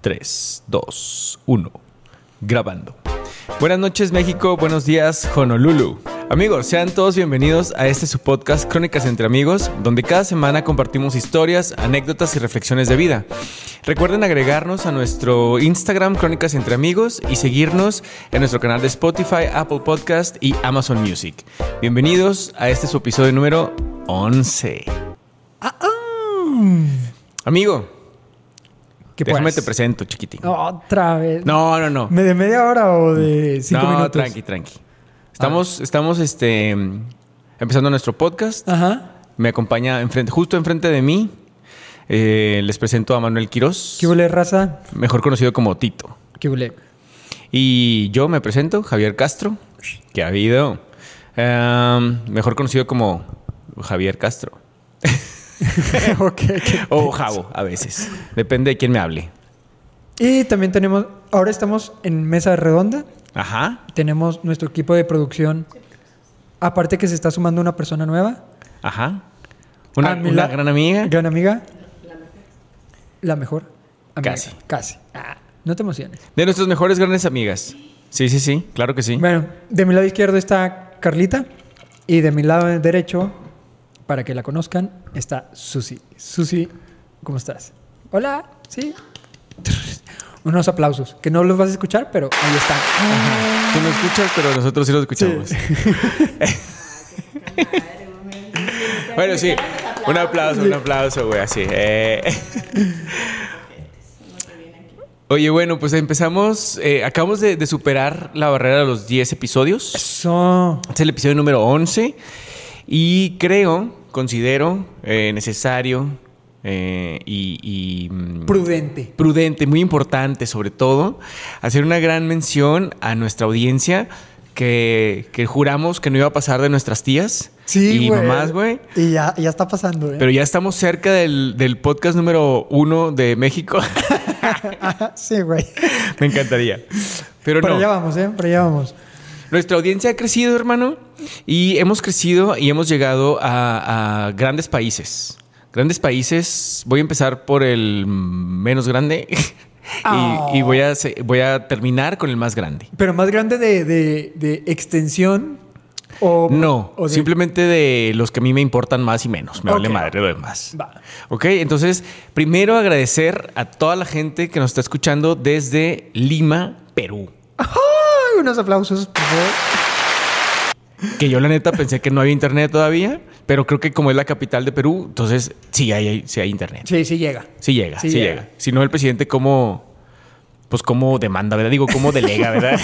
3, 2, 1. Grabando. Buenas noches México, buenos días Honolulu. Amigos, sean todos bienvenidos a este su podcast Crónicas entre Amigos, donde cada semana compartimos historias, anécdotas y reflexiones de vida. Recuerden agregarnos a nuestro Instagram Crónicas entre Amigos y seguirnos en nuestro canal de Spotify, Apple Podcast y Amazon Music. Bienvenidos a este su episodio número 11. Amigo, ¡Ah! ¿Qué déjame pues? te presento, chiquitín. Otra vez. No, no, no. ¿Me de media hora o de cinco no, minutos? Ah. tranqui, tranqui. Estamos, estamos este, mm, empezando nuestro podcast. Ajá. Me acompaña enfrente, justo enfrente de mí. eh, les presento a Manuel Quirós, ¿Qué huele, raza? mejor conocido como Tito. ¿Qué huele? Y yo me presento, Javier Castro, que ha habido, Em, mejor conocido como Javier Castro. ok. qué- O Javo, a veces. Depende de quién me hable. Y también tenemos... Ahora estamos en mesa redonda. Ajá, Tenemos nuestro equipo de producción. Aparte que se está sumando una persona nueva. ajá. Una, A mi una Ah, la- gran amiga. Gran amiga. La mejor. amiga. Casi. Casi. Ah, no te emociones. De nuestras mejores grandes amigas. Sí, sí, sí, claro que sí. Bueno, de mi lado izquierdo está Carlita y de mi lado derecho, para que la conozcan, está Susi. Susi, ¿cómo estás? Hola, sí. Unos aplausos, que no los vas a escuchar, pero ahí están. Tú no escuchas, pero nosotros sí lo escuchamos. bueno, sí. Un aplauso, un aplauso, güey, así. eh. Oye, bueno, pues empezamos. eh, acabamos de, de superar la barrera de los 10 episodios. Eso. Este es el episodio número 11. Y creo, considero eh, necesario eh, y- y. mm, Prudente. prudente, muy importante sobre todo, hacer una gran mención a nuestra audiencia que, que juramos que no iba a pasar de nuestras tías y mamás, güey. Y ya, ya está pasando, ¿eh? Pero ya estamos cerca del, del podcast número uno de México. sí, güey. Me encantaría. Pero Pero no. allá vamos, ¿eh? Pero allá vamos. Nuestra audiencia ha crecido, hermano, y hemos crecido y hemos llegado a, a grandes países. Grandes países. Voy a empezar por el menos grande y, Ah. y voy, a, se- voy a terminar con el más grande. Pero más grande de, de- de extensión o... No, o de- simplemente de los que a mí me importan más y menos. Me vale Ok. madre lo demás. Va. Ok, entonces, primero agradecer a toda la gente que nos está escuchando desde Lima, Perú. Ay, unos aplausos, por favor. Que yo, la neta, pensé que no había internet todavía, pero creo que como es la capital de Perú, entonces sí hay, hay- sí hay internet. Sí, sí llega. Sí llega, sí, Sí llega. llega. Si no, el presidente, ¿cómo? Pues, ¿cómo demanda, verdad? Digo, ¿cómo delega, verdad?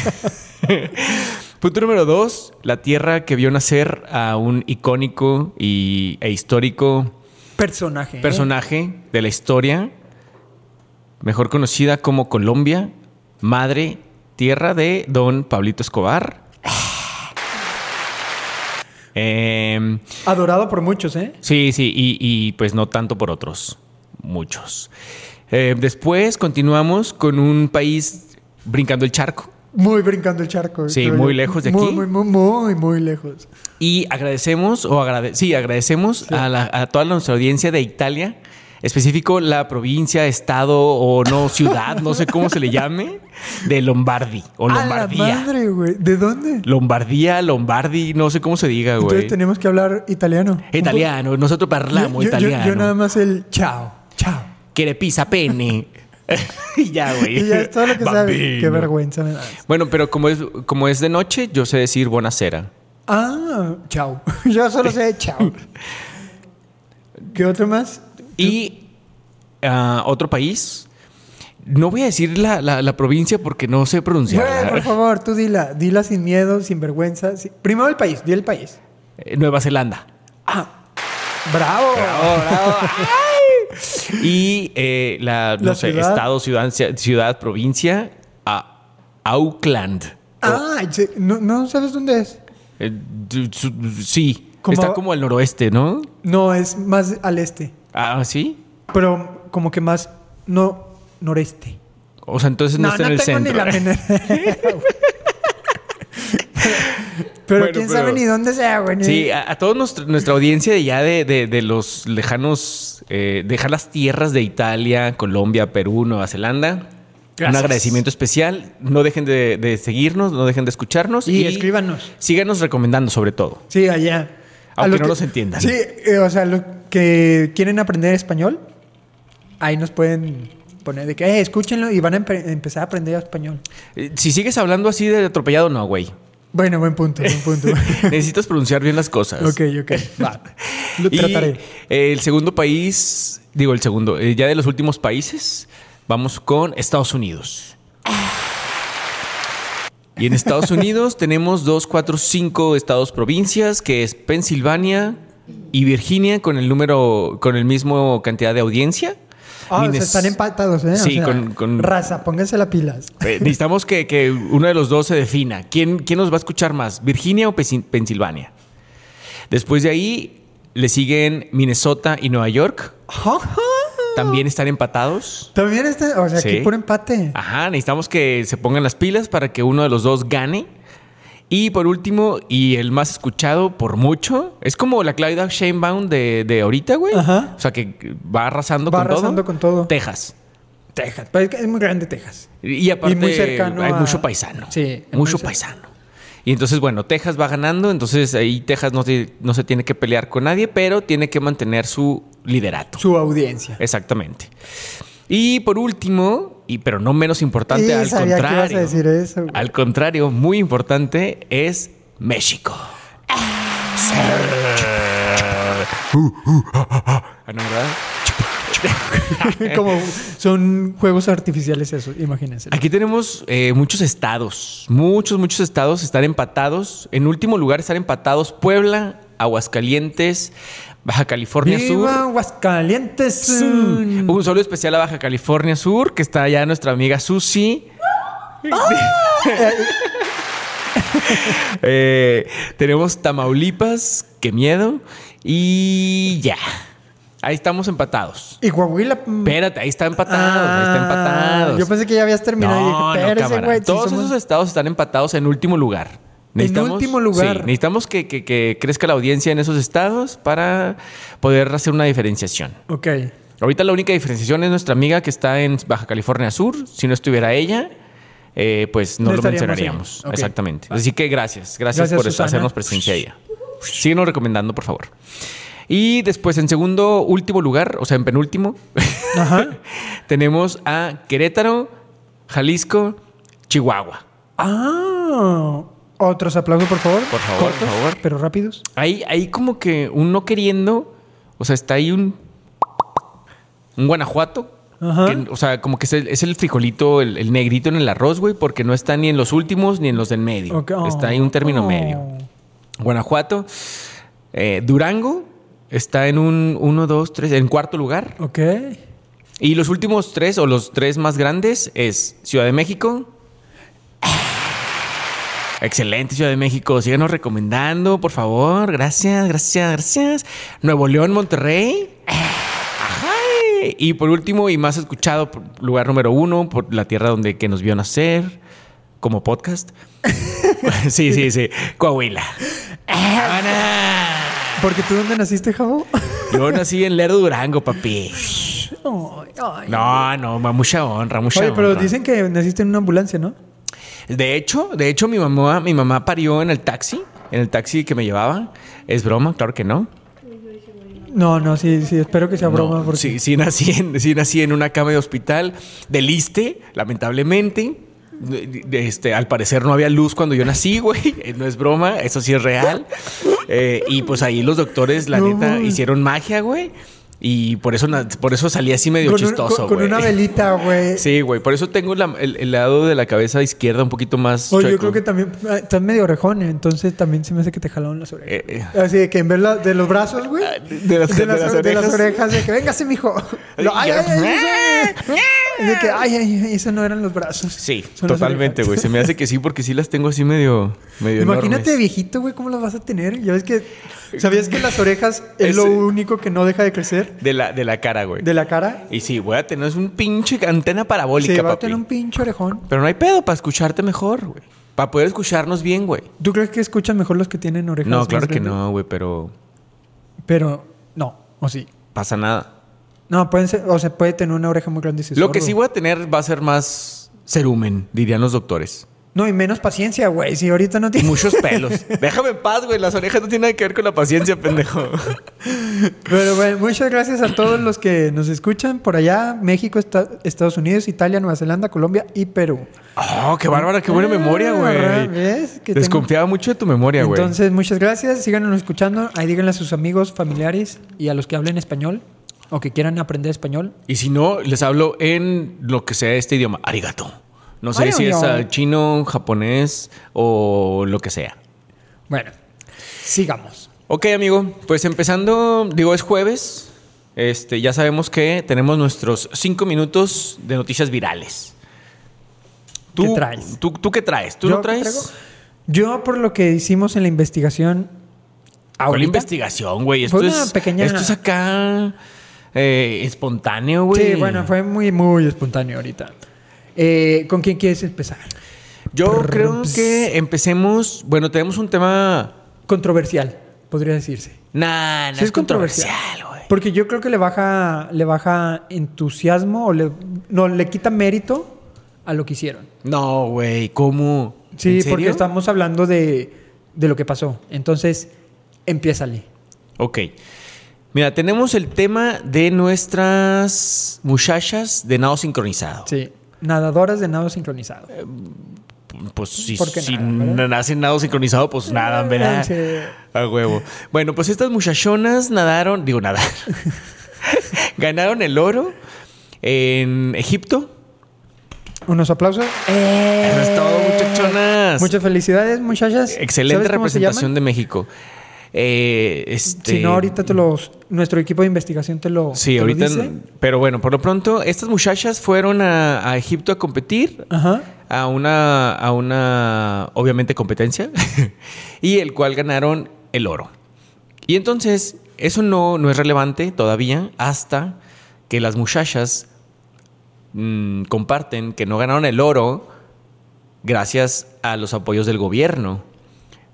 Punto número dos, la tierra que vio nacer a un icónico y, e histórico Personaje. ¿eh? personaje de la historia, mejor conocida como Colombia, madre tierra de don Pablito Escobar. Em, Adorado por muchos, ¿eh? sí, sí, y, y, pues no tanto por otros, muchos. Eh, después continuamos con un país brincando el charco Muy brincando el charco. Sí, creo muy yo. lejos de Muy, aquí. Muy, muy, muy, muy lejos. y agradecemos, o agrade- sí, agradecemos A, la- a toda nuestra audiencia de Italia, específico la provincia, estado o no ciudad, no sé cómo se le llame, de Lombardi o A la Lombardía. madre, güey. ¿De dónde? Lombardía, Lombardi, no sé cómo se diga, Entonces güey. tenemos que hablar italiano. Italiano, nosotros Hablamos parlamos italiano. Yo, nada más el chao, chao. Quiere pizza pene. y ya, güey. Y ya es todo lo que sabe. Bambino. Qué vergüenza me da. eso. Bueno, pero como es, como es de noche, yo sé decir bonacera. Ah, chao. Yo solo sé chao. ¿Qué otro más? Y ah, otro país. No voy a decir la, la- la provincia porque no sé Güey, por pronunciarla. favor, tú dila. Dila sin miedo, sin vergüenza. sí. Primero el país, di el país. Eh, Nueva Zelanda. Ah, bravo. Y eh, la, no La sé, ciudad. estado, ciudad, ciudad, provincia, a Auckland. Ah, sí, no, no sabes dónde es. Eh, d- su- sí, Como- está como al noroeste, ¿no? No, es más al este. Ah, sí. Pero como que más no noreste. O sea, entonces no, está en el centro. menor. pero Bueno, quién pero- sabe ni dónde sea, güey. ni- Sí, a, a toda nuestra, nuestra audiencia de ya de, de- de los lejanos, eh, dejar las tierras de Italia, Colombia, Perú, Nueva Zelanda. Un Gracias. agradecimiento especial. No dejen de, de seguirnos, no dejen de escucharnos. Y escríbanos. Síganos recomendando, sobre todo. Sí, allá. A Aunque lo no los entiendan. Sí, eh, o sea, los que quieren aprender español, ahí nos pueden poner de que, eh, escúchenlo y van a empe- empezar a aprender español. Eh, Si sigues hablando así de atropellado, no, güey. Bueno, buen punto, buen punto. Necesitas pronunciar bien las cosas. ok, ok, va. Lo Y, trataré. eh, el segundo país, digo el segundo, eh, ya de los últimos países, vamos con Estados Unidos. Y en Estados Unidos tenemos dos, cuatro, cinco estados provincias, que es Pensilvania y Virginia, con el número, con el mismo cantidad de audiencia. Ah, o sea, Mines- están empatados, ¿eh? O Sí, sea, con- con- Raza, pónganse las pilas. Eh, Necesitamos que, que uno de los dos se defina. ¿Quién, quién nos va a escuchar más, Virginia o Pensil- Pensilvania? Después de ahí le siguen Minnesota y Nueva York. También están empatados. También está, o sea, Sí. Ah, aquí puro empate. Ajá, necesitamos que se pongan las pilas para que uno de los dos gane. Y por último, y el más escuchado por mucho, es como la Claudia Sheinbaum de, de ahorita, güey. Ajá. O sea, que va arrasando Va con arrasando todo. con todo. Texas. Texas, pero Pues es que es muy grande Texas. Y aparte muy cercano hay a- mucho paisano. Sí, es muy mucho cercano. paisano. Y entonces, bueno, Texas va ganando, entonces ahí Texas no, se- no se tiene que pelear con nadie, pero tiene que mantener su liderato. Su audiencia. Exactamente. Y por último, y pero no menos importante, Sí, al sabía que ibas a contrario. decir eso, güey. Al contrario, muy importante es México. Ah, Sí. Uh, uh, ah, ah, ah. Ah, no, ¿verdad? Como son juegos artificiales eso, imagínense. Aquí tenemos eh, muchos estados, muchos, muchos estados están empatados. En último lugar están empatados Puebla, Aguascalientes, Baja California Viva Sur. Mm. Aguascalientes. Un saludo especial a Baja California Sur, que está allá nuestra amiga Susi. Eh, tenemos Tamaulipas, qué miedo. Y ya, ahí estamos empatados. Y Coahuila. mm. Espérate, ahí está empatados, ahí está Ah, empatados. Yo pensé que ya habías terminado. No, y no, dije, "Espérese, cámara. güey, si Todos somos- esos estados están empatados en último lugar. último lugar. sí, necesitamos que, que- que crezca la audiencia en esos estados para poder hacer una diferenciación. Ok. Ahorita la única diferenciación es nuestra amiga que está en Baja California Sur. Si no estuviera ella, eh, pues no, No lo estaríamos mencionaríamos. ahí. Ok. Exactamente. Así que gracias. Gracias, Gracias, por eso, Susana. hacernos presencia ella. Síguenos recomendando, por favor. Y después, en segundo, último lugar, o sea, en penúltimo, Ajá. tenemos a Querétaro, Jalisco, Chihuahua. Ah. Otros aplausos, por favor. Por favor, por Cortos, favor. Pero rápidos. Ahí, ahí como que un no queriendo, o sea, está ahí un, un Guanajuato. Ajá. que, o sea, como que es el, es el frijolito, el, el negrito en el arroz, güey, porque no está ni en los últimos ni en los del medio. Ok, oh, está ahí un término oh. medio. Guanajuato, eh, Durango está en un 1, 2, 3, en cuarto lugar. Ok. Y los últimos tres o los tres más grandes es Ciudad de México. Ah. Excelente Ciudad de México, síganos recomendando, por favor. Gracias, gracias, gracias. Nuevo León, Monterrey. Ah. Ajá. Y por último y más escuchado, por- lugar número uno, por la tierra donde que nos vio nacer, como podcast. sí, sí, sí. Coahuila. ¡Ana! Porque tú dónde naciste, Javo? Yo nací en Lerdo Durango, papi. Ay, ay. No, no, ma- mucha honra, mucha Oye, pero honra. dicen que naciste en una ambulancia, ¿no? De hecho, de hecho, mi mamá, mi mamá parió en el taxi, en el taxi que me llevaba. Es broma, claro que no. No, no, sí, sí, espero que sea broma. No, porque... sí, sí nací, en, sí nací en una cama de hospital del ISSSTE, lamentablemente. De- de- Este, al parecer no había luz cuando yo nací, güey. Eh, No es broma, eso sí es real. Eh, y pues ahí los doctores, la No neta, mames. hicieron magia, güey. Y por eso, na- por eso salí así medio Con un- chistoso, con, güey. con una velita, güey. Sí, güey. Por eso tengo la- el, el lado de la cabeza izquierda un poquito más. Oye, yo chueco. creo que también ah, estás medio orejón, ¿eh? entonces también se me hace que te jalaron las orejas. Eh, Así de que en vez la- de los brazos, güey. Ah, de las- de las or- de las orejas. orejas, de que véngase, mijo. Lo- ay, ay, ay, eso- de que, ay, ay, ay, eso no eran los brazos. Sí, son las totalmente, güey. orejas. Se me hace que sí, porque sí las tengo así medio. medio Imagínate de enormes. viejito, güey, cómo las vas a tener. Ya ves que. ¿Sabías que las orejas es, Es- lo único que no deja de crecer De la, de la cara, güey. de la cara? Y sí, voy a tener es un pinche antena parabólica, Se va a papi. tener un pinche orejón. Pero no hay pedo para escucharte mejor, güey. Para poder escucharnos bien, güey. ¿Tú crees que escuchan mejor los que tienen orejas? No, más claro que grandes? no, güey, pero Pero no, o sí. pasa nada. No, pueden ser, o sea, puede tener una oreja muy grande. y ser Lo que sordo. sí voy a tener va a ser más cerumen, dirían los doctores. No, y menos paciencia, güey. Si ahorita no tiene. Muchos pelos. Déjame en paz, güey. Las orejas no tienen nada que ver con la paciencia, pendejo. Pero bueno, muchas gracias a todos los que nos escuchan por allá. México, Esta- Estados Unidos, Italia, Nueva Zelanda, Colombia y Perú. Oh, qué bárbara, qué buena Ah, memoria, güey. ¿ves? Que tengo- Desconfiaba mucho de tu memoria, güey. Entonces, muchas gracias. Síganos escuchando. Ahí díganle a sus amigos, familiares y a los que hablen español o que quieran aprender español. Y si no, les hablo en lo que sea este idioma. Arigato. No sé Ay, si ay, es ay. ah, chino, japonés o lo que sea. Bueno, sigamos. Ok, amigo, pues empezando, digo, es jueves. Este, ya sabemos que tenemos nuestros cinco minutos de noticias virales. ¿Tú, ¿Qué traes? ¿Tú, tú qué traes? ¿Tú ¿Yo no qué traigo? traes? Yo, por lo que hicimos en la investigación. Con la ahorita- investigación, güey. Esto, Fue una es, pequeña- esto es acá eh, espontáneo, güey. Sí, bueno, fue muy, muy espontáneo ahorita. Eh, ¿Con quién quieres empezar? Yo creo que empecemos. Bueno, tenemos un tema. Controversial, podría decirse. Nah, no Sí, es controversial, güey. Porque yo creo que le baja, le baja entusiasmo o le, no, le quita mérito a lo que hicieron. No, güey, ¿cómo? Sí, ¿En serio? porque estamos hablando de, de lo que pasó. Entonces, empiézale. Ok. Mira, tenemos el tema de nuestras muchachas de nado sincronizado. Sí. Nadadoras de nado sincronizado. Eh, Pues si, ¿Por qué si nada, verdad? nacen nado sincronizado, pues nada, ¿verdad? Sí. A huevo. Bueno, pues estas muchachonas nadaron, digo nada, ganaron el oro en Egipto. Unos aplausos. Eso es todo, muchachonas. Muchas felicidades, muchachas. Excelente ¿Sabes cómo se representación llaman? de México. Eh, este, Si no, ahorita te los, nuestro equipo de investigación te lo. Sí, te lo ahorita. dice. Pero bueno, por lo pronto, estas muchachas fueron a, a Egipto a competir. Ajá. A una, a una, obviamente, competencia. y el cual ganaron el oro. Y entonces, eso no, no es relevante todavía hasta que las muchachas mm, comparten que no ganaron el oro gracias a los apoyos del gobierno,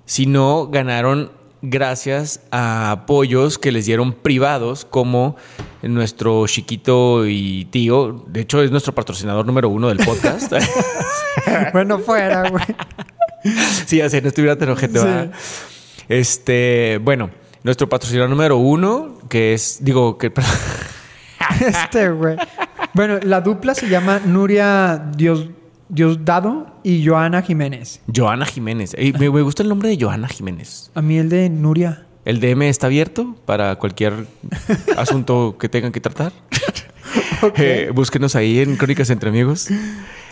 sino ganaron gracias a apoyos que les dieron privados como nuestro chiquito y tío, de hecho es nuestro patrocinador número uno del podcast. bueno, fuera, güey. sí, así no estuviera tan ojete, ¿verdad? Este, bueno, nuestro patrocinador número uno, que es, digo, que Este, güey. Bueno, la dupla se llama Nuria Dios, Diosdado y Joana Jiménez. Joana Jiménez. Ey, me, me gusta el nombre de Joana Jiménez. A mí el de Nuria. El DM está abierto para cualquier asunto que tengan que tratar. Ok. Eh, búsquenos ahí en Crónicas entre Amigos.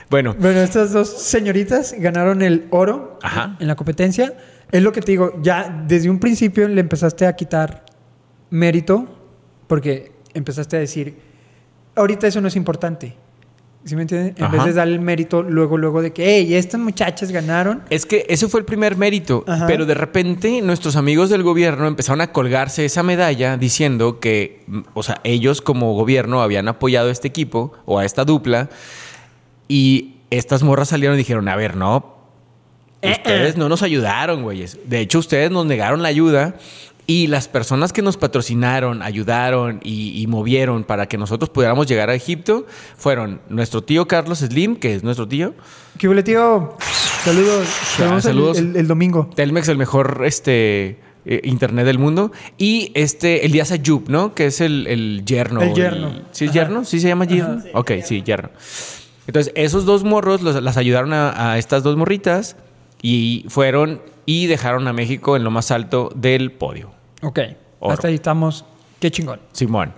Bueno, Bueno, estas dos señoritas ganaron el oro Ajá. en la competencia. Es lo que te digo, ya desde un principio le empezaste a quitar mérito porque empezaste a decir, ahorita eso no es importante. ¿Sí me entiendes? En Ajá. vez de darle el mérito luego, luego de que, hey, estas muchachas ganaron. es que ese fue el primer mérito, Ajá. pero de repente nuestros amigos del gobierno empezaron a colgarse esa medalla diciendo que, mm, o sea, ellos como gobierno habían apoyado a este equipo o a esta dupla y estas morras salieron y dijeron, a ver, no, ustedes no nos ayudaron, güeyes. De hecho, ustedes nos negaron la ayuda y las personas que nos patrocinaron, ayudaron y, y movieron para que nosotros pudiéramos llegar a Egipto fueron nuestro tío Carlos Slim, que es nuestro tío, ¿Qué hubo, tío? Saludos. Nos Ya, vemos el- saludos. El, el domingo. Telmex, el mejor este, eh, internet del mundo. Y este, Elías Ayub, ¿no? Que es el, el yerno. El yerno. ¿Sí es Ajá. yerno? ¿Sí se llama yerno? Ok, sí, yerno. Entonces, esos dos morros los- las ayudaron a, a estas dos morritas y fueron y dejaron a México en lo más alto del podio. Ok. Oro. Hasta ahí estamos. Qué chingón. Simón.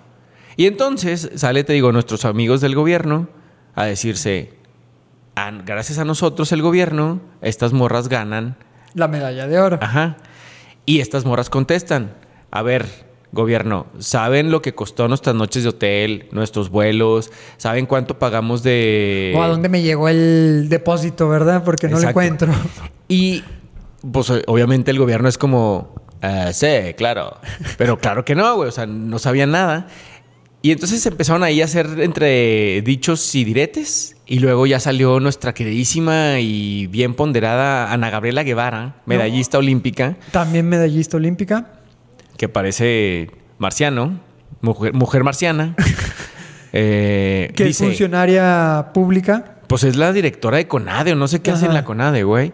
Y entonces sale, te digo, nuestros amigos del gobierno a decirse, "Ah, gracias a nosotros el gobierno, estas morras ganan La medalla de oro. Ajá. Y estas morras contestan, a ver, gobierno, ¿saben lo que costó nuestras noches de hotel, nuestros vuelos? ¿Saben cuánto pagamos de... o a dónde me llegó el depósito, ¿verdad? Porque no lo eh. Exacto. encuentro. Y pues o- obviamente el gobierno es como, "Ah, sí, claro, pero claro que no, güey, o sea, no sabían nada. Y entonces empezaron ahí a hacer entre dichos y diretes. Y luego ya salió nuestra queridísima y bien ponderada Ana Gabriela Guevara, medallista olímpica. También medallista olímpica. que parece marciano, mujer, mujer marciana, eh, que es dice funcionaria pública. Pues es la directora de CONADE o no sé qué hace en Ajá. la CONADE, güey.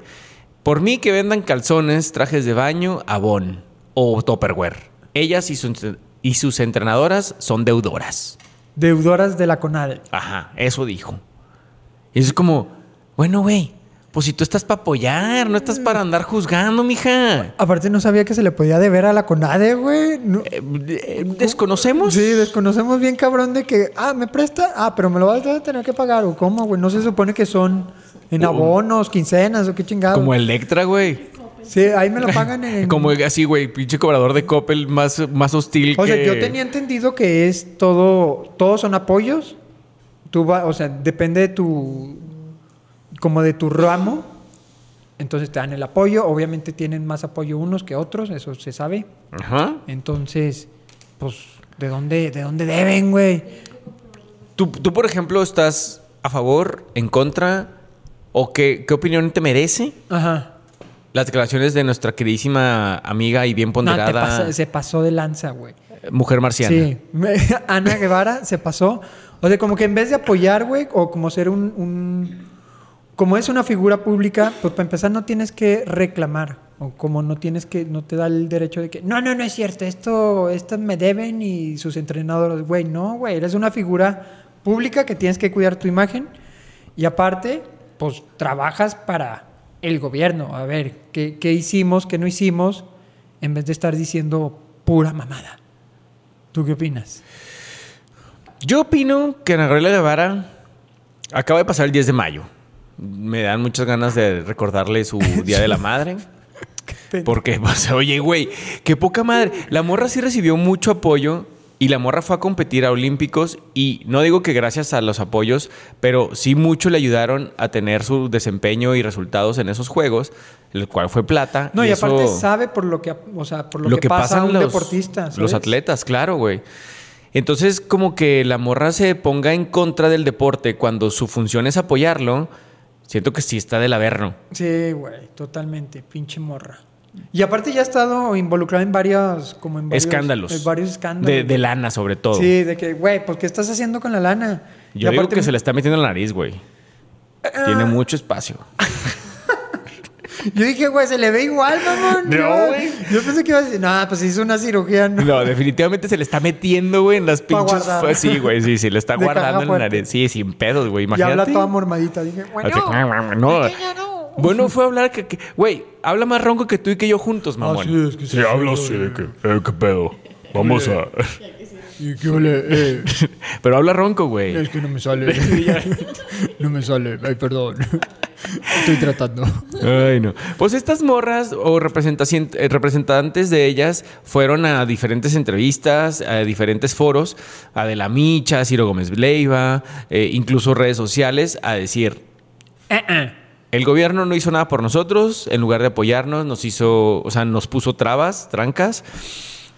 Por mí que vendan calzones, trajes de baño, abón o topperware. Ellas y, sus- y sus entrenadoras son deudoras. Deudoras de la CONADE. Ajá, eso dijo. Y es como, bueno, güey, pues si tú estás para apoyar, no estás para andar juzgando, mija. Aparte no sabía que se le podía deber a la CONADE, güey. No- Eh, pues- eh, ¿Desconocemos? Sí, desconocemos bien cabrón de que, ah, me presta, ah, pero me lo vas a tener que pagar, o cómo, güey, no se supone que son en Un- abonos, quincenas, o qué chingado. Uh, Como Electra, güey. Sí, ahí me lo pagan en... Como así, güey, pinche cobrador de Coppel más, más hostil O sea, que- yo tenía entendido que es todo, todos son apoyos. Tú va, o sea, depende de tu, como de tu ramo. Entonces te dan el apoyo. Obviamente tienen más apoyo unos que otros, eso se sabe. Ajá. Entonces, pues, ¿de dónde, de dónde deben, güey? ¿Tú, tú, por ejemplo, estás a favor, en contra? ¿O qué, qué opinión te merece Ajá. las declaraciones de nuestra queridísima amiga y bien No, te ponderada pasa- se pasó de lanza, güey. mujer marciana? Sí, me- Ana Guevara se pasó. O sea, como que en vez de apoyar, güey, o como ser un, un- Como es una figura pública, pues para empezar no tienes que reclamar. O como no tienes que... No te da el derecho de que... No, no, no es cierto. Esto... Estas me deben y sus entrenadores... Güey, no, güey. Eres una figura pública que tienes que cuidar tu imagen. Y aparte, pues trabajas para el gobierno. A ver, ¿qué, qué hicimos? ¿Qué no hicimos? En vez de estar diciendo pura mamada. ¿Tú qué opinas? Yo opino que Ana Gabriela Guevara acaba de pasar el 10 de mayo. Me dan muchas ganas de recordarle su Día de la Madre. Porque, pues, oye, güey, qué poca madre. La morra sí recibió mucho apoyo y la morra fue a competir a Olímpicos y no digo que gracias a los apoyos, pero sí mucho le ayudaron a tener su desempeño y resultados en esos juegos, el cual fue plata. No, y, eso- aparte sabe por lo que, o sea, por lo, que, pasa a un deportista. ¿sabes? los atletas, claro, güey. Entonces, como que la morra se ponga en contra del deporte cuando su función es apoyarlo, siento que sí está del averno. Sí, güey, totalmente, pinche morra. Y aparte ya ha estado involucrado en varios, como en varios escándalos. en varios escándalos. De, de lana, sobre todo. Sí, de que, güey, pues qué estás haciendo con la lana. Yo y digo aparte, Ah. que se le está metiendo en la nariz, güey. Tiene mucho espacio. Yo dije, güey, se le ve igual, mamón. No, Yo- güey. Yo pensé que iba a decir, no, pues hizo una cirugía, ¿no? No, definitivamente se le está metiendo, güey, en las Pa' pinches. guardar. Sí, güey, sí, sí, le está De caja guardando en la fuerte. nariz. Sí, sin pedos, güey. y Imagínate. habla toda mormadita. Dije, bueno, Así, no. Bueno, fue a hablar que, que- güey, habla más ronco que tú y que yo juntos, mamón. Ah, es que Si Ah, hablo así de que, eh, qué pedo. Vamos a. ¿Y qué ole? Eh, Pero habla ronco, güey. es que no me sale. no me sale. Ay, perdón. Estoy tratando. Ay, no. Pues estas morras o representacien- eh, representantes de ellas fueron a diferentes entrevistas, a diferentes foros, a De La Micha, Ciro Gómez Leiva, eh, incluso redes sociales, a decir, el gobierno no hizo nada por nosotros, en lugar de apoyarnos, nos hizo, o sea, nos puso trabas, trancas,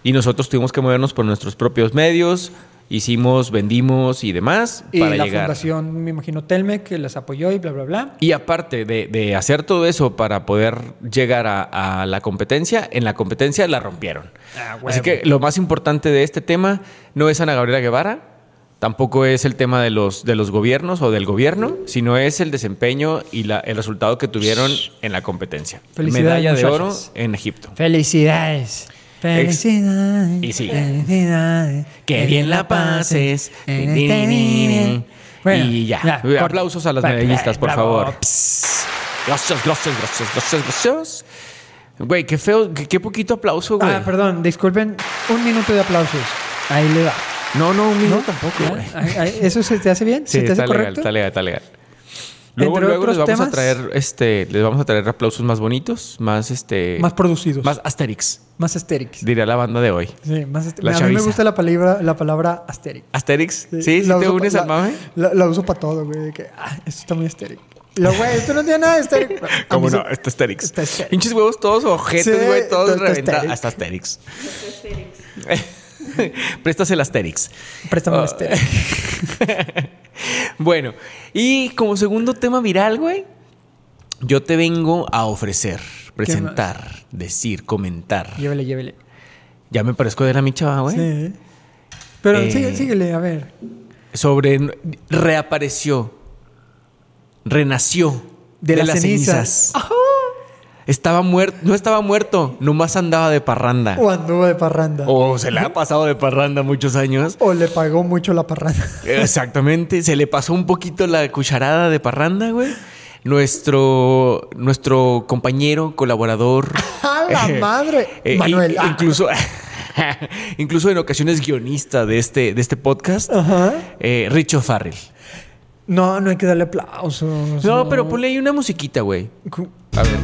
y nosotros tuvimos que movernos por nuestros propios medios, hicimos, vendimos y demás Y para la llegar. fundación, me imagino, Telme, que las apoyó y bla, bla, bla. Y aparte de, de hacer todo eso para poder llegar a, a la competencia, en la competencia la rompieron. Ah, Así huevo. que lo más importante de este tema no es Ana Gabriela Guevara, tampoco es el tema de los, de los gobiernos o del gobierno, sino es el desempeño y la- el resultado que tuvieron en la competencia. Felicidades, Medalla de oro muchachas. en Egipto. Felicidades. Felicidades. Y sí. Felicidades. Que bien la pases. En este día. Bueno, y ya. corta. Aplausos a las Bra- bra- medallistas, por bravo. favor. Psst. Gracias, gracias, gracias, gracias, gracias. Güey, qué feo, qué, qué poquito aplauso, güey. Ah, perdón, disculpen. Un minuto de aplausos. Ahí le va. No, no, un No, minuto tampoco, güey. ¿Ya? Ay, ay, ¿Eso se te hace bien? Sí, ¿Se te hace está legal, correcto? está legal, está legal. Luego, Entre luego les otros vamos a temas- traer, este, les vamos a traer aplausos más bonitos, más este. Más producidos. Más Más, Asterix, Asterix. diría la banda de hoy. Sí, más Asterix. La a mí me chaviza. gusta la palabra, la palabra Asterix. ¿Asterix? Sí, sí, la te uso unes pa- al la- mame. La, la uso para todo, güey. De que, ah, esto está muy estéril. Lo, güey, esto no tiene nada de estéril. A ¿Cómo mí no? se- Está Asterix. Está Asterix. Pinches huevos todos ojetes, Sí, güey, todos todo está reventados. Asterix. Hasta Asterix. Prestas el Asterix. Préstame este. Ah. el estéril. bueno, y como segundo tema viral, güey, yo te vengo a ofrecer, presentar, decir, comentar. Llévele, llévele. Ya me parezco de la micha, güey. Sí. Pero Eh. sigue- síguele, a ver. Sobre reapareció renació De las cenizas. Estaba muerto, no estaba muerto, nomás andaba de parranda. O anduvo de parranda. O, O se le ha pasado de parranda muchos años. le pagó mucho la parranda. Exactamente, se le pasó un poquito la cucharada de parranda, güey. Nuestro, nuestro compañero, colaborador. ¡A la madre! eh, Manuel. in- ah. incluso, incluso en ocasiones guionista de este, de este podcast, Ajá. eh, Richo Farrell. No, no hay que darle aplausos. No, pero ponle ahí una musiquita, güey. Cu- A ver.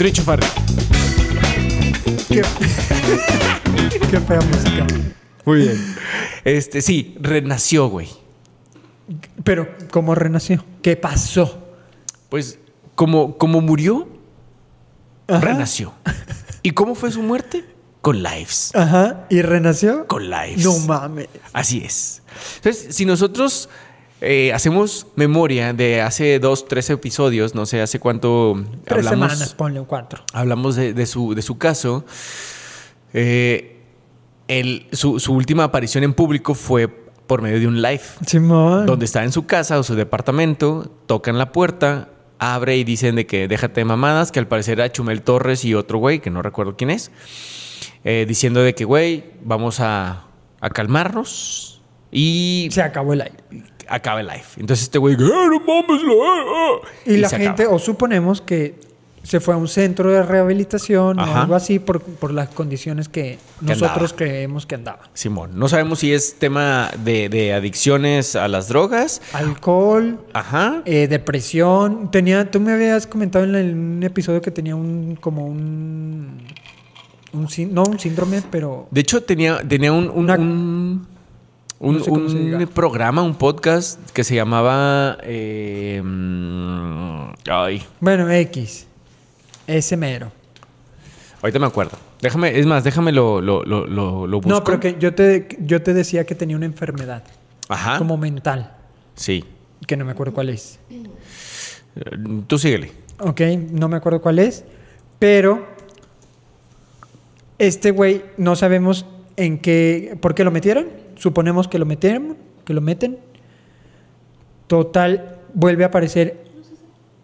Richo Farrell. Qué, Qué fea música. Muy bien. Este, sí, renació, güey. Pero, ¿cómo renació? ¿Qué pasó? Pues, como, como murió, Ajá. renació. ¿Y cómo fue su muerte? Con lives. Ajá. ¿Y renació? Con lives. No mames. Así es. Entonces, si nosotros eh, hacemos memoria de hace dos, tres episodios, no sé hace cuánto Tres hablamos, semanas, ponle un cuatro. hablamos de, de su, de su caso, eh, el- su, su última aparición en público fue por medio de un live, Simón. donde está en su casa o su departamento, tocan la puerta, abre y dicen de que déjate de mamadas, que al parecer era Chumel Torres y otro güey, que no recuerdo quién es, eh, diciendo de que, güey, vamos a, a calmarnos. Y Se acabó el aire. acaba el live. Entonces este güey, "Eh, no mames, la- eh, eh", Y, la se gente, acaba. o suponemos que se fue a un centro de rehabilitación o Ajá. algo así por, por las condiciones que, nosotros creemos que andaba. Simón, no sabemos si es tema de, de adicciones a las drogas. Alcohol, Ajá. eh, depresión. Tenía, tú me habías comentado en, el- en un episodio que tenía un, como un, un sín- no un síndrome, pero De hecho, tenía, tenía un, un, Una- un- un- no sé cómo se un diga. programa, un podcast que se llamaba... eh, mm, ay, bueno, X. Ese mero. ahorita me acuerdo. Déjame, es más, déjame lo, lo, lo, lo, lo busco. No, pero que yo te, yo te decía que tenía una enfermedad Ajá. como mental, Sí. que no me acuerdo cuál es. Eh, Tú síguele. Ok, no me acuerdo cuál es. Pero este güey no sabemos en qué. ¿Por qué lo metieron? Suponemos que lo metieron, que lo meten. Total, vuelve a aparecer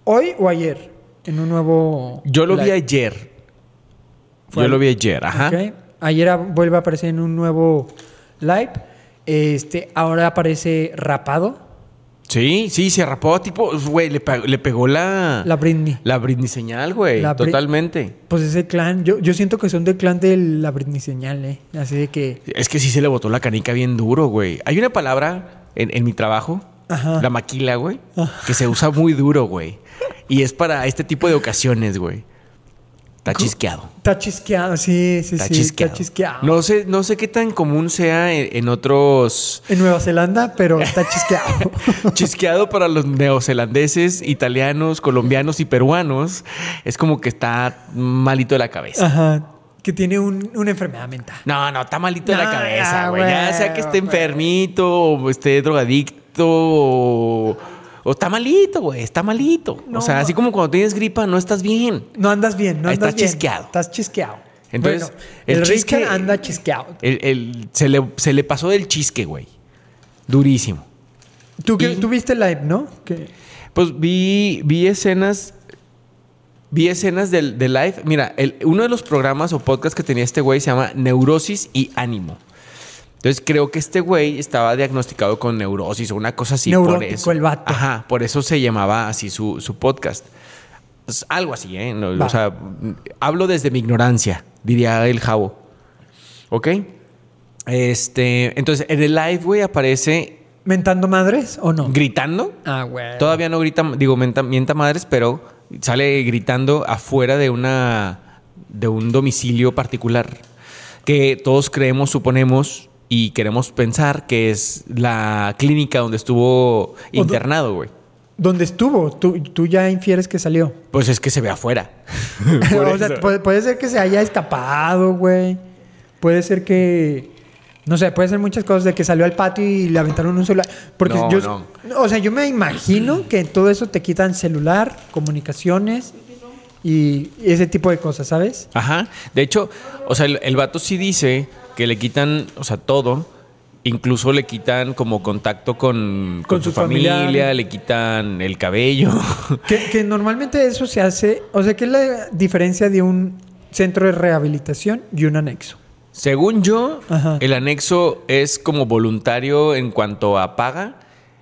hoy o ayer en un nuevo. Yo lo vi live. ayer. Fue Yo al- lo vi ayer, ajá. Ok, Ayer a- vuelve a aparecer en un nuevo live. Este, ahora aparece rapado. Sí, sí, se rapó, tipo, güey, le, pe- le pegó la, La Britney. la Britney señal, güey. La Bri- Totalmente. Pues ese clan, yo, yo siento que son del clan de la Britney Señal, ¿eh? Así de que. Es que sí se le botó la canica bien duro, güey. Hay una palabra en, en mi trabajo, Ajá. Ah. la maquila, güey, que se usa muy duro, güey. Y es para este tipo de ocasiones, güey. Está chisqueado. Está chisqueado, sí, sí, Está sí. chisqueado. Está chisqueado. No sé, no sé qué tan común sea en, en otros. En Nueva Zelanda, pero está chisqueado. Chisqueado para los neozelandeses, italianos, colombianos y peruanos. Es como que está malito de la cabeza. Ajá. Que tiene un- una enfermedad mental. No, no, está malito de la No, cabeza, ya, güey. Ya güey, sea que esté güey. enfermito o esté drogadicto o, o está malito, güey. Está malito. o No, sea, así ma- como cuando tienes gripa, no estás bien. No andas bien, no Ahí andas está bien. chisqueado. Estás chisqueado. Entonces, Bueno, el el, chisque- Richard anda chisqueado. El- el- se, le, se le pasó del chisque, güey. Durísimo. Tú, que, y- tú viste live, ¿no? Que, Pues vi, vi escenas. Vi escenas del, de live. Mira, el- uno de los programas o podcasts que tenía este güey se llama Neurosis y Ánimo. Entonces creo que este güey estaba diagnosticado con neurosis o una cosa así. Neurótico el vato. Ajá, por eso se llamaba así su, su podcast. Es algo así, ¿eh? No, Va. o sea, hablo desde mi ignorancia, diría el jabo. ¿Ok? Este, entonces en el live, güey, aparece ¿Mentando madres o no? gritando. ah, güey. Todavía no grita, digo, menta- mienta madres, pero sale gritando afuera de una de un domicilio particular que todos creemos, suponemos y queremos pensar que es la clínica donde estuvo internado, güey. ¿Dónde estuvo? Tú, tú ya infieres que salió. Pues es que se ve afuera. o sea, puede, puede ser que se haya escapado, güey. Puede ser que. No sé, puede ser muchas cosas de que salió al patio y le aventaron un celular. Porque No, yo. no. O sea, yo me imagino que todo eso te quitan celular, comunicaciones y ese tipo de cosas, ¿sabes? Ajá. De hecho, o sea, el, el vato sí dice que le quitan, o sea, todo Incluso le quitan como contacto con, Con su familia. le quitan el cabello. Que, que normalmente eso se hace, o sea, ¿qué es la diferencia de un centro de rehabilitación y un anexo? Según yo, Ajá. el anexo es como voluntario en cuanto a paga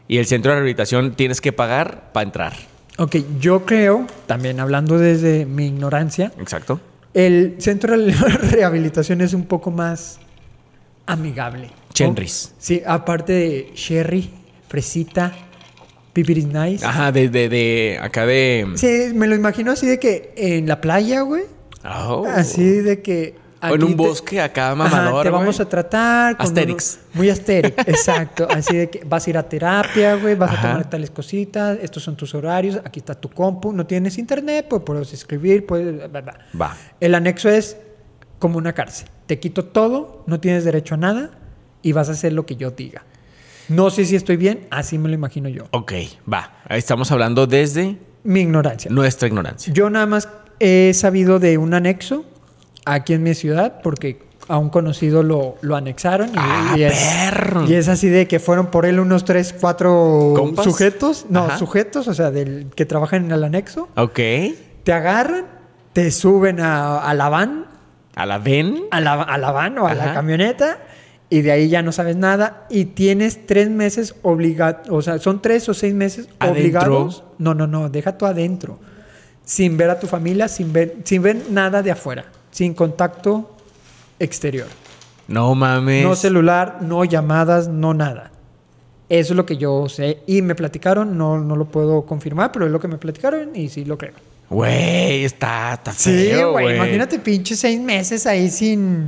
y el centro de rehabilitación tienes que pagar para entrar. Ok, yo creo, también hablando desde mi ignorancia, Exacto. el centro de rehabilitación es un poco más amigable. Chenris. Sí, aparte de Sherry, Fresita, Pipiris Nice. Ajá, de, de, de acá de... Sí, me lo imagino así de que en la playa, güey. Oh. Así de que. O aquí en un bosque acá mamador, Ajá, Te güey. vamos a tratar. con Asterix. uno- muy Asterix, exacto. Así de que vas a ir a terapia, güey. Vas Ajá. a tomar tales cositas. Estos son tus horarios. Aquí está tu compu. No tienes internet, pues puedes escribir. Puedes. bla, bla. Va. El anexo es como una cárcel. Te quito todo, no tienes derecho a nada y vas a hacer lo que yo diga. No sé si estoy bien, así me lo imagino yo. Ok, va. Ahí Estamos hablando desde Mi ignorancia. nuestra ignorancia. Yo nada más he sabido de un anexo aquí en mi ciudad porque a un conocido lo, lo anexaron y, Ah, y es, perro. y es así de que fueron por él unos tres, cuatro ¿Compas? sujetos, no, Ajá. sujetos, o sea, del que trabajan en el anexo, Ok. te agarran, te suben a, a la van, ¿A la ven? a la, a la van o a Ajá. la camioneta y de ahí ya no sabes nada y tienes tres meses obligados, o sea, son tres o seis meses ¿Adentro? obligados. No, no, no, deja tú adentro, sin ver a tu familia, sin ver, sin ver nada de afuera, sin contacto exterior, No mames. no celular, no llamadas, no nada. Eso es lo que yo sé y me platicaron, no, no lo puedo confirmar, pero es lo que me platicaron y sí lo creo. Güey, está, está Sí, feo, güey. Imagínate pinche seis meses ahí sin.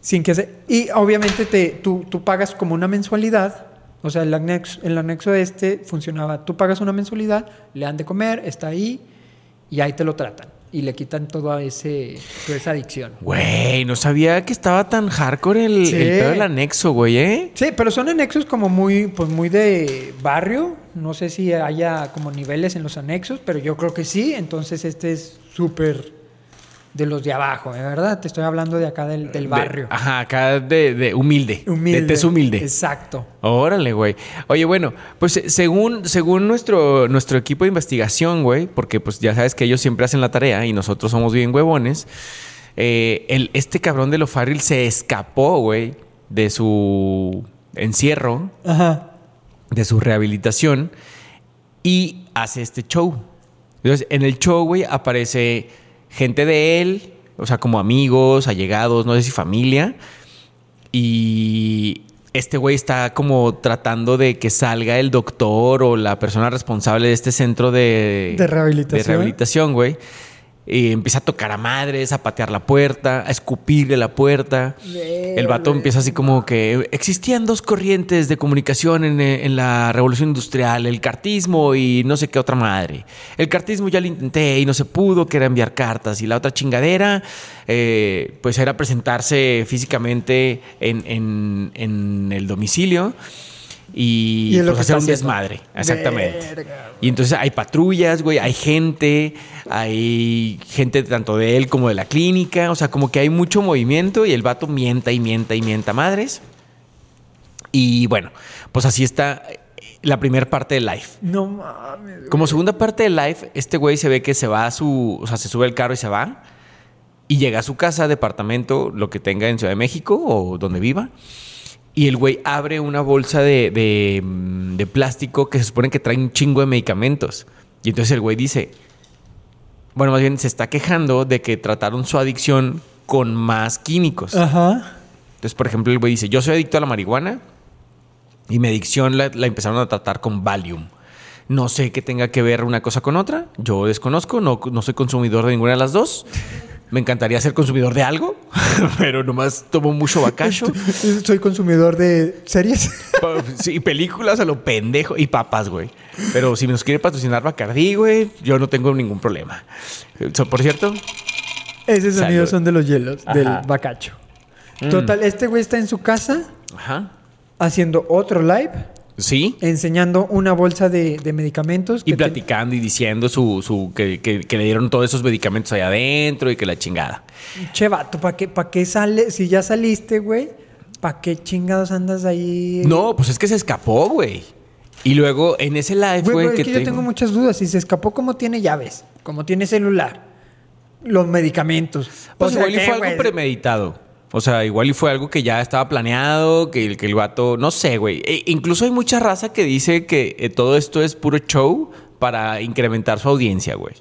Sin que se. Y obviamente te, tú, tú pagas como una mensualidad. O sea, el anexo, el anexo este funcionaba. Tú pagas una mensualidad, le dan de comer, está ahí y ahí te lo tratan. Y le quitan toda, ese, toda esa adicción. Güey, no sabía que estaba tan hardcore el, Sí. el pedo del anexo, güey, ¿eh? Sí, pero son anexos como muy, pues muy de barrio. No sé si haya como niveles en los anexos, pero yo creo que sí. Entonces este es súper de los de abajo, ¿eh? ¿verdad? Te estoy hablando de acá del, del De- barrio. ajá, acá de, de humilde. humilde. De tez ah, humilde. Exacto. Órale, güey. Oye, bueno, pues eh, según, según nuestro, nuestro equipo de investigación, güey, porque pues ya sabes que ellos siempre hacen la tarea y nosotros somos bien huevones, eh, el, este cabrón de Lofarril se escapó, güey, de su encierro, Ajá. de su rehabilitación y hace este show. Entonces, en el show, güey, aparece gente de él, o sea, como amigos, allegados, no sé si familia. Y este güey está como tratando de que salga el doctor o la persona responsable de este centro de... De rehabilitación. De rehabilitación, güey. Y empieza a tocar a madres, a patear la puerta, a escupirle la puerta. El vato empieza así como que existían dos corrientes de comunicación en, eh, en la revolución industrial, el cartismo y no sé qué otra madre. El cartismo ya lo intenté y no se pudo, que era enviar cartas. Y la otra chingadera, eh, pues era presentarse físicamente en, en- en el domicilio y, Y es lo pues, hacer que está un haciendo. desmadre. Exactamente. Verga, Y entonces hay patrullas, güey, hay gente, hay gente tanto de él como de la clínica, o sea, como que hay mucho movimiento y el vato mienta y mienta y mienta madres. Y bueno, pues así está la primera parte de Life. No mames. güey. Como segunda parte de Life, este güey se ve que se va a su, o sea, se sube el carro y se va. Y llega a su casa, departamento, lo que tenga en Ciudad de México o donde viva. Y el güey abre una bolsa de, de, mm, de plástico que se supone que trae un chingo de medicamentos. Y entonces el güey dice, bueno, más bien se está quejando de que trataron su adicción con más químicos. Ajá. Entonces, por ejemplo, el güey dice, yo soy adicto a la marihuana y mi adicción la, la empezaron a tratar con Valium. No sé qué tenga que ver una cosa con otra. Yo desconozco, no, no soy consumidor de ninguna de las dos. Me encantaría ser consumidor de algo, pero nomás tomo mucho bacacho. Soy consumidor de series. Pa- sí, Y películas a lo pendejo y papas, güey. Pero si nos quiere patrocinar Bacardí, güey, yo no tengo ningún problema. Eh, so- Por cierto, Ese sonido Salud. son de los hielos, Ajá. Mm. del bacacho. Total, este güey está en su casa ajá, haciendo otro live, sí. enseñando una bolsa de, de medicamentos. Y que tiene- platicando y diciendo su, su que, que- que le dieron todos esos medicamentos allá adentro y que la chingada. Che, vato, ¿para qué, pa' qué sale? Si ya saliste, güey, ¿para qué chingados andas ahí? No, pues es que se escapó, güey. Y luego en ese live, Güey, güey, pero es que que yo te- tengo muchas dudas. Si se escapó, ¿cómo tiene llaves? ¿Cómo tiene celular? Los medicamentos. Pues igual y ¿qué, fue güey? algo premeditado. O sea, igual y fue algo que ya estaba planeado, que el, que el vato, no sé, güey. E- incluso hay mucha raza que dice que eh, todo esto es puro show para incrementar su audiencia, güey.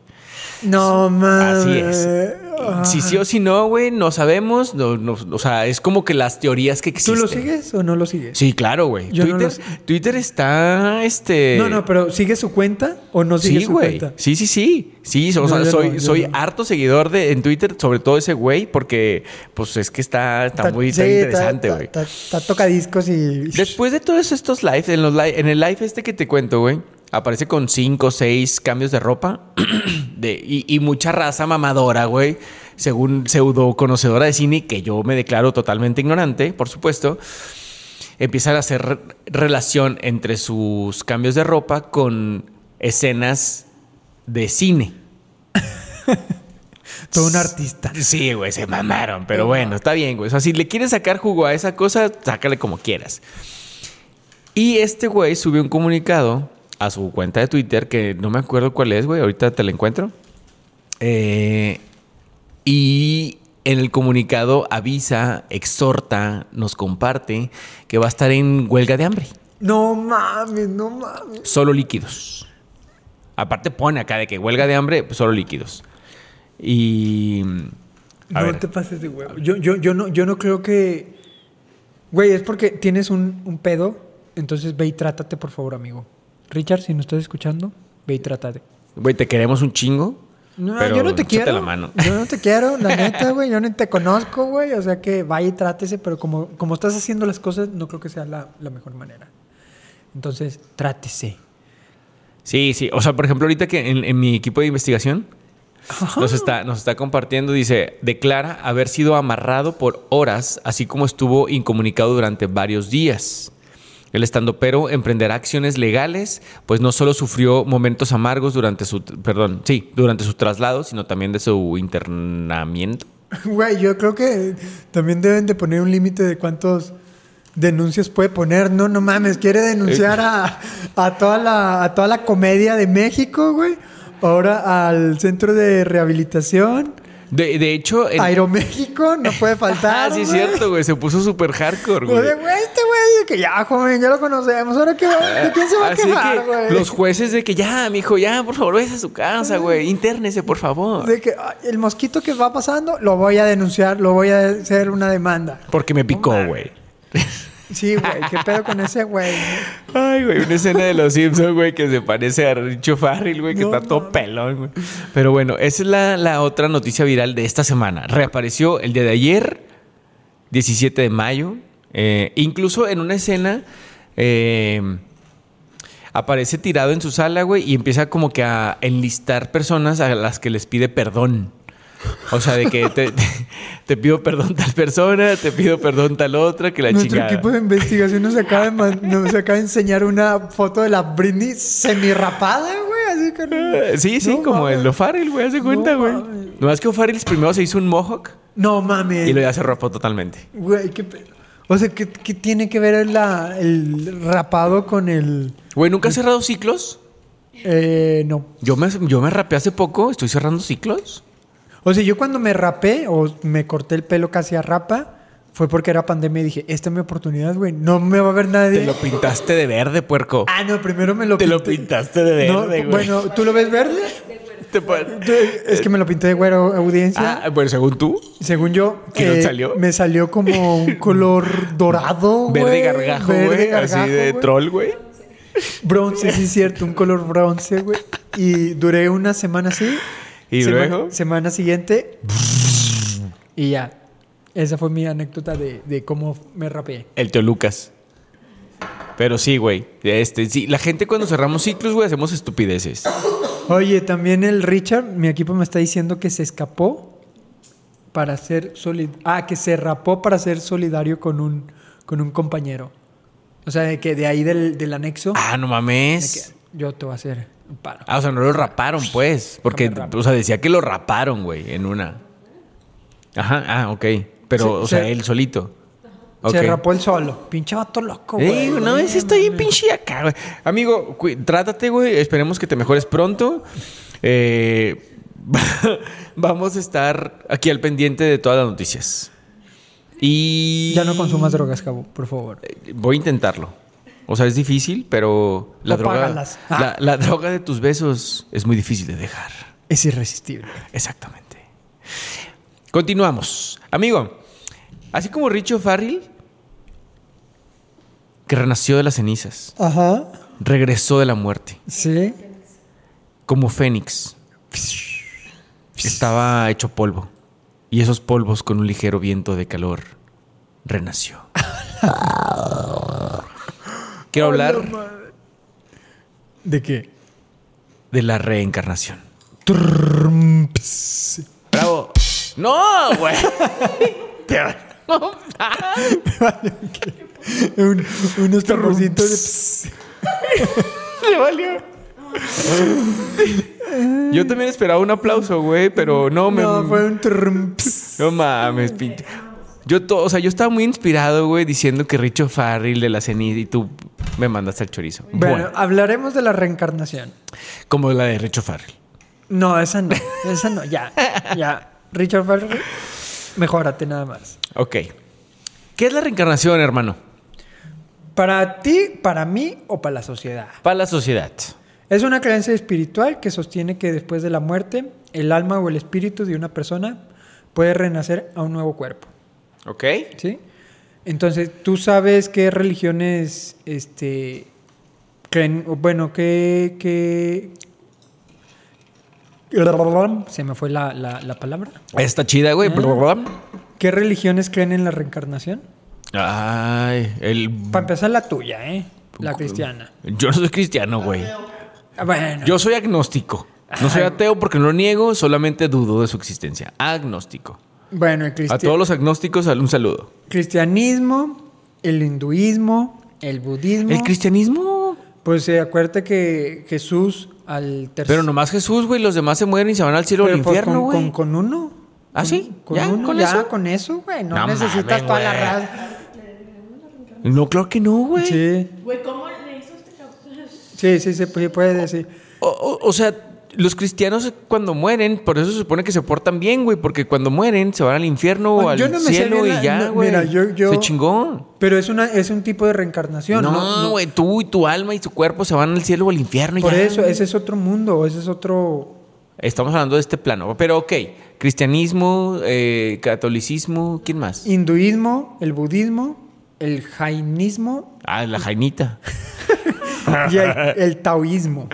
No mames. Así es. Ah. Si sí o si no, güey, no sabemos. No, no- o sea, es como que las teorías que ¿Tú existen. lo sigues o no lo sigues? Sí, claro, güey. Yo no Twitter, Twitter está, este... No, no, pero ¿sigue su cuenta o no sigue Sí, su güey. cuenta? Sí, sí, sí. Sí, o No, sea, yo no, soy, yo soy no. harto seguidor de en Twitter, sobre todo ese güey, porque pues es que está, está muy está sí, interesante, güey. Está, está- está tocadiscos y. Después de todos estos lives, en, los li- en el live este que te cuento, güey, aparece con cinco o seis cambios de ropa de, y, y mucha raza mamadora, güey, según pseudo conocedora de cine, que yo me declaro totalmente ignorante, por supuesto. Empiezan a hacer re- relación entre sus cambios de ropa con escenas de cine. Todo un artista. Sí, güey, se mamaron, pero bueno, está bien, güey. O sea, si le quieres sacar jugo a esa cosa, sácale como quieras. Y este güey subió un comunicado a su cuenta de Twitter, que no me acuerdo cuál es, güey, ahorita te la encuentro. Eh, y en el comunicado avisa, exhorta, nos comparte que va a estar en huelga de hambre. No mames, no mames. Solo líquidos. Aparte pone acá de que huelga de hambre, pues, solo líquidos. Y... A no ver. te pases de huevo. Yo, yo, yo, no, yo no creo que. Güey, es porque tienes un, un pedo. Entonces ve y trátate, por favor, amigo. Richard, si nos estás escuchando, ve y trátate. Güey, te queremos un chingo. No, pero yo no te échate quiero. la mano. Yo no te quiero, la neta, güey. Yo no te conozco, güey. O sea que vaya y trátese, pero como, como estás haciendo las cosas, no creo que sea la, la mejor manera. Entonces, trátese. Sí, sí. O sea, por ejemplo, ahorita que en, en mi equipo de investigación nos está, nos está compartiendo, dice, declara haber sido amarrado por horas, así como estuvo incomunicado durante varios días. El estandopero emprenderá acciones legales, pues no solo sufrió momentos amargos durante su, perdón, sí, durante su traslado, sino también de su internamiento. Güey, yo creo que también deben de poner un límite de cuántos denuncias puede poner. No, no mames, quiere denunciar Eh. a, a toda, la, a toda la comedia de México, güey. Ahora al centro de rehabilitación. De, de hecho, en- Aeroméxico, no puede faltar. ah, sí, güey. cierto, güey, se puso súper hardcore, O güey. sea, güey, este güey, que ya, joven, ya lo conocemos. Ahora qué va, ¿de quién se va a Ah, Así quejar, que güey? los jueces de que ya, mijo, ya, por favor, vayas a su casa, güey. Internese, por favor. De que "Ay, el mosquito que va pasando, lo voy a denunciar, lo voy a hacer una demanda. Porque me picó, güey. Sí, güey, qué pedo con ese güey. Ay, güey, una escena de los Simpsons, güey, que se parece a Richo Farrell, güey, que No está todo pelón, güey. Pero bueno, esa es la, la otra noticia viral de esta semana. Reapareció el día de ayer, 17 de mayo. eh, incluso en una escena eh, aparece tirado en su sala, güey, y empieza como que a enlistar personas a las que les pide perdón. O sea, de que te, te- te pido perdón tal persona, te pido perdón tal otra, que la Nuestro chingada. equipo de investigación nos acaba de, man- nos acaba de enseñar una foto de la Britney semirrapada, güey. Así que no. Eh, Sí, sí, No como mames. el O'Farrell, güey, hace cuenta, güey. mames. Nomás que O'Farrell primero se hizo un mohawk No mames. y lo ya se rapó totalmente. Güey, qué pedo. O sea, ¿qué, qué tiene que ver la- el rapado con el. Güey, ¿nunca has cerrado ciclos? Eh, no. Yo me, yo me rapé hace poco, estoy cerrando ciclos. O sea, yo cuando me rapé o me corté el pelo casi a rapa, fue porque era pandemia y dije, esta es mi oportunidad, güey. No me va a ver nadie. Te lo pintaste de verde, puerco. Ah, no, primero me lo Te lo pinté. pintaste de No, verde, güey. Bueno, ¿tú lo ves verde? Te pon- Es que me lo pinté de güero, audiencia. Ah, bueno, según tú, Según yo, eh, ¿Que no salió? me salió como un color dorado. verde güey, gargajo, verde güey, así gargajo, de güey. troll, güey. Bronce, sí, es cierto, un color bronce, güey. Y duré una semana así. ¿Y Sema- luego? Semana siguiente. Y ya. Esa fue mi anécdota de, de cómo me rapeé. El tío Lucas. Pero sí, güey. Este, sí, la gente cuando cerramos ciclos, güey, hacemos estupideces. Oh. Oye, también el Richard, mi equipo me está diciendo que se escapó para ser solidario. Ah, que se rapó para ser solidario con un, con un compañero. O sea, de que de ahí del, del anexo. Ah, no de mames. que yo te voy a hacer un paro. Ah, o sea, no lo raparon, pues. Porque, Déjame rapar. o sea, decía que lo raparon, güey, en una. Ajá, ah, ok. Pero, Sí, o sea, sí. él solito. Ok. Se rapó el solo. Pinche vato loco, güey. Ey, no, ese está bien pinche acá, güey. Amigo, cu- trátate, güey. Esperemos que te mejores pronto. Eh, vamos a estar aquí al pendiente de todas las noticias. Y. Ya no consumas drogas, cabo, por favor. Eh, Voy a intentarlo. O sea, es difícil, pero la O droga. págalas. Ah. La, la droga de tus besos es muy difícil de dejar. Es irresistible. Exactamente. Continuamos. Amigo, así como Richo Farrell, que renació de las cenizas, Ajá. regresó de la muerte, Sí. como Fénix. Estaba hecho polvo. Y esos polvos, con un ligero viento de calor, renació. Quiero hablar ¿De qué? de la reencarnación. ¡Bravo! ¡No, güey! Te- Un- unos tamborcitos de... pss. Yo también esperaba un aplauso, güey, pero no me. No, fue un... trum, pss. No mames, pinche. Yo, to- o sea, yo estaba muy inspirado, güey, diciendo que Richo Farrell de la ceniza y tú me mandaste al chorizo. Bueno, Bueno, hablaremos de la reencarnación. como la de Richo Farrell. No, esa no. Esa no. Ya. Ya. Richard Farrell, mejórate nada más. Ok. ¿Qué es la reencarnación, hermano? ¿Para ti, para mí o para la sociedad? Para la sociedad. Es una creencia espiritual que sostiene que después de la muerte, el alma o el espíritu de una persona puede renacer a un nuevo cuerpo. Ok. ¿Sí? Entonces, ¿tú sabes qué religiones, este, creen, o bueno, qué, qué... Se me fue la, la- la palabra. Está chida, güey. ¿Qué religiones creen en la reencarnación? Ay, el. Para empezar, la tuya, ¿eh? La cristiana. Yo no soy cristiano, güey. Ah, Bueno, Yo soy agnóstico. No soy ateo porque no lo niego, solamente dudo de su existencia. Agnóstico. bueno, el A cristiano. todos los agnósticos, un saludo. cristianismo, el hinduismo, el budismo. El cristianismo. Pues eh, acuérdate que Jesús al tercer. Pero nomás Jesús, güey. Los demás se mueren y se van al cielo o al Pero, pues, infierno, con, güey. con- con uno. ¿Ah, Con- sí? Con ¿Ya? uno, ¿Con ya, eso? con eso, güey. No, No necesitas mames, toda la güey. raza. No, claro que no, güey. Sí, Güey, ¿cómo le hizo este cabrón? sí, sí, se puede, puede decir. O, o- o sea, los cristianos cuando mueren, por eso se supone que se portan bien, güey. Porque cuando mueren se van al infierno o Bueno, al yo no me sé cielo bien la- y ya, no, güey. mira, yo- yo- Se chingó. Pero es, una, es un tipo de reencarnación, ¿no? No, güey. Tú y tu alma y tu cuerpo se van al cielo o al infierno y Por ya, eso, güey. ese es otro mundo, ese es otro. Estamos hablando de este plano. Pero ok, cristianismo, eh, catolicismo, ¿quién más? Hinduismo, el budismo, el jainismo Ah, la jainita. y el, el taoísmo.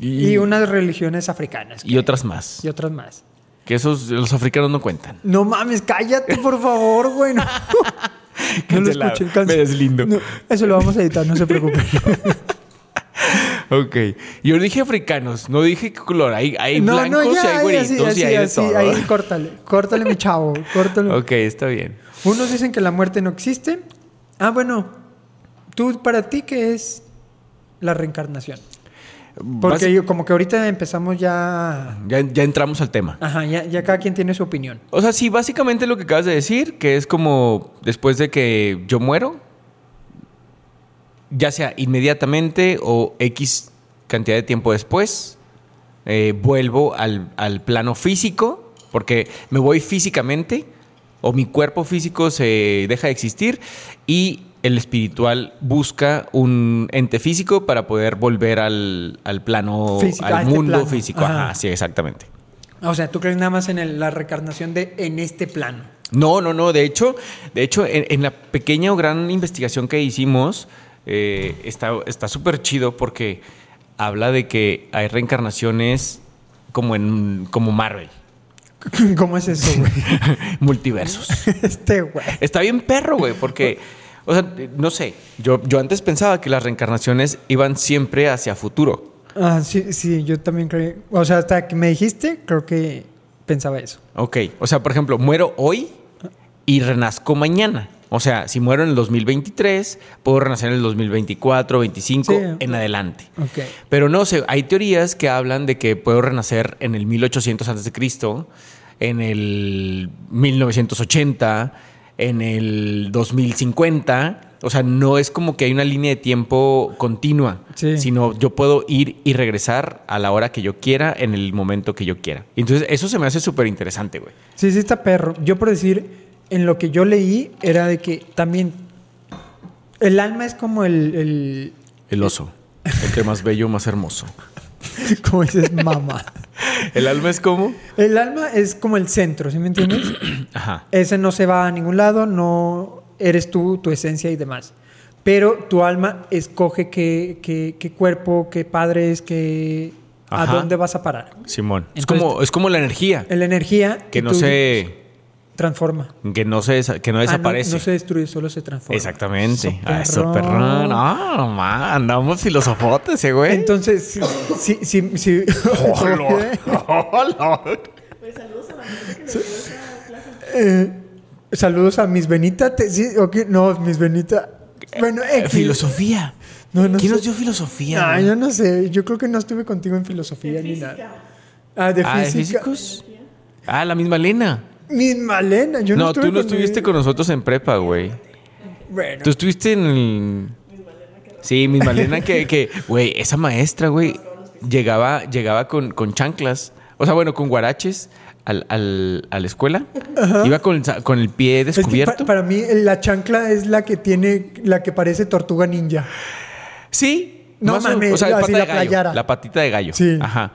Y, unas religiones africanas. que- Y otras más. y otras más. Que esos los africanos no cuentan. No mames, cállate, por favor, güey. No, No lo Cancelado. escuchen, cance- Me deslindo. No, eso lo vamos a editar, no se preocupen. Ok. Yo dije africanos, no dije color. Hay, hay no, blancos y hay así, güeritos así, y hay de así, todo. ¿eh? ahí córtale, córtale mi chavo, córtale. Ok, está bien. Unos dicen que la muerte no existe. Ah, bueno, tú, para ti, ¿qué es la reencarnación? Porque Vas- yo- como que ahorita empezamos ya... ya, ya entramos al tema. Ajá, ya, ya cada quien tiene su opinión. O sea, sí, básicamente lo que acabas de decir, que es como después de que yo muero, ya sea inmediatamente o X cantidad de tiempo después, eh, vuelvo al, al plano físico, porque me voy físicamente, o mi cuerpo físico se deja de existir, y el espiritual busca un ente físico para poder volver al, al plano, Físico, a al este mundo plano. físico. Ajá, Ajá. sí, exactamente. O sea, tú crees nada más en el- la reencarnación de en este plano. No, no, no. De hecho, de hecho, en, en la pequeña o gran investigación que hicimos, eh, está está súper chido porque habla de que hay reencarnaciones como en como Marvel, ¿Cómo es eso, güey? multiversos. Este, güey. Está bien perro, güey, porque, o sea, no sé. Yo, yo antes pensaba que las reencarnaciones iban siempre hacia futuro. Ah, sí, sí, yo también creo. O sea, hasta que me dijiste, creo que pensaba eso. Ok. O sea, por ejemplo, muero hoy y renazco mañana. O sea, si muero en el 2023, puedo renacer en el 2024, 25, Sí. en adelante. Ok. Pero no sé, hay teorías que hablan de que puedo renacer en el 1800 antes de Cristo, en el 1980, en el 2050. O sea, no es como que hay una línea de tiempo continua, Sí. sino yo puedo ir y regresar a la hora que yo quiera, en el momento que yo quiera. Entonces, eso se me hace súper interesante, güey. Sí, sí está perro. Yo por decir, en lo que yo leí era de que también el alma es como el, el El oso, el que más bello, más hermoso. como dices, mamá. ¿El alma es como? El alma es como el centro, ¿sí me entiendes? Ajá. Ese no se va a ningún lado, no eres tú, tu esencia y demás. Pero tu alma escoge qué, qué, qué cuerpo, qué padres, qué, a Ajá. dónde vas a parar. Simón. es, Entonces- como, es como la energía, La energía que y no tú se... transforma. Que no, se desa- que no Ah, desaparece. no, se destruye, solo se transforma. Exactamente. Eso, Ah, eso, perrón. perrón. Ah, ma, andamos filosofotes, ese güey. Entonces, sí, sí, sí, sí. Oh, Pues saludos a la gente que me dio esa clase. Eh, saludos a mis Benita. te- sí, ok, no, mis Benita. Bueno, X. Eh, filosofía. No, no ¿Quién sé. nos dio filosofía? No, güey? yo no sé. Yo creo que no estuve contigo en filosofía De ni nada. física. Ah, de ah, ¿de física. físicos? Ah, la misma Elena. Mis Malena. Yo no, No, estuve tú no estuviste con nosotros en prepa, güey. Bueno, Tú estuviste en el... Sí, mi Malena que, que, güey, esa maestra, güey, llegaba, llegaba con, con chanclas, o sea, bueno, con guaraches al, al- a la escuela. Iba con, el sa- con el pie es que pues pa- descubierto. para mí la chancla es la que tiene, la que parece tortuga ninja. Sí. No más o- mames, o sea, el pata así la de gallo, playara. La patita de gallo. Sí. Ajá.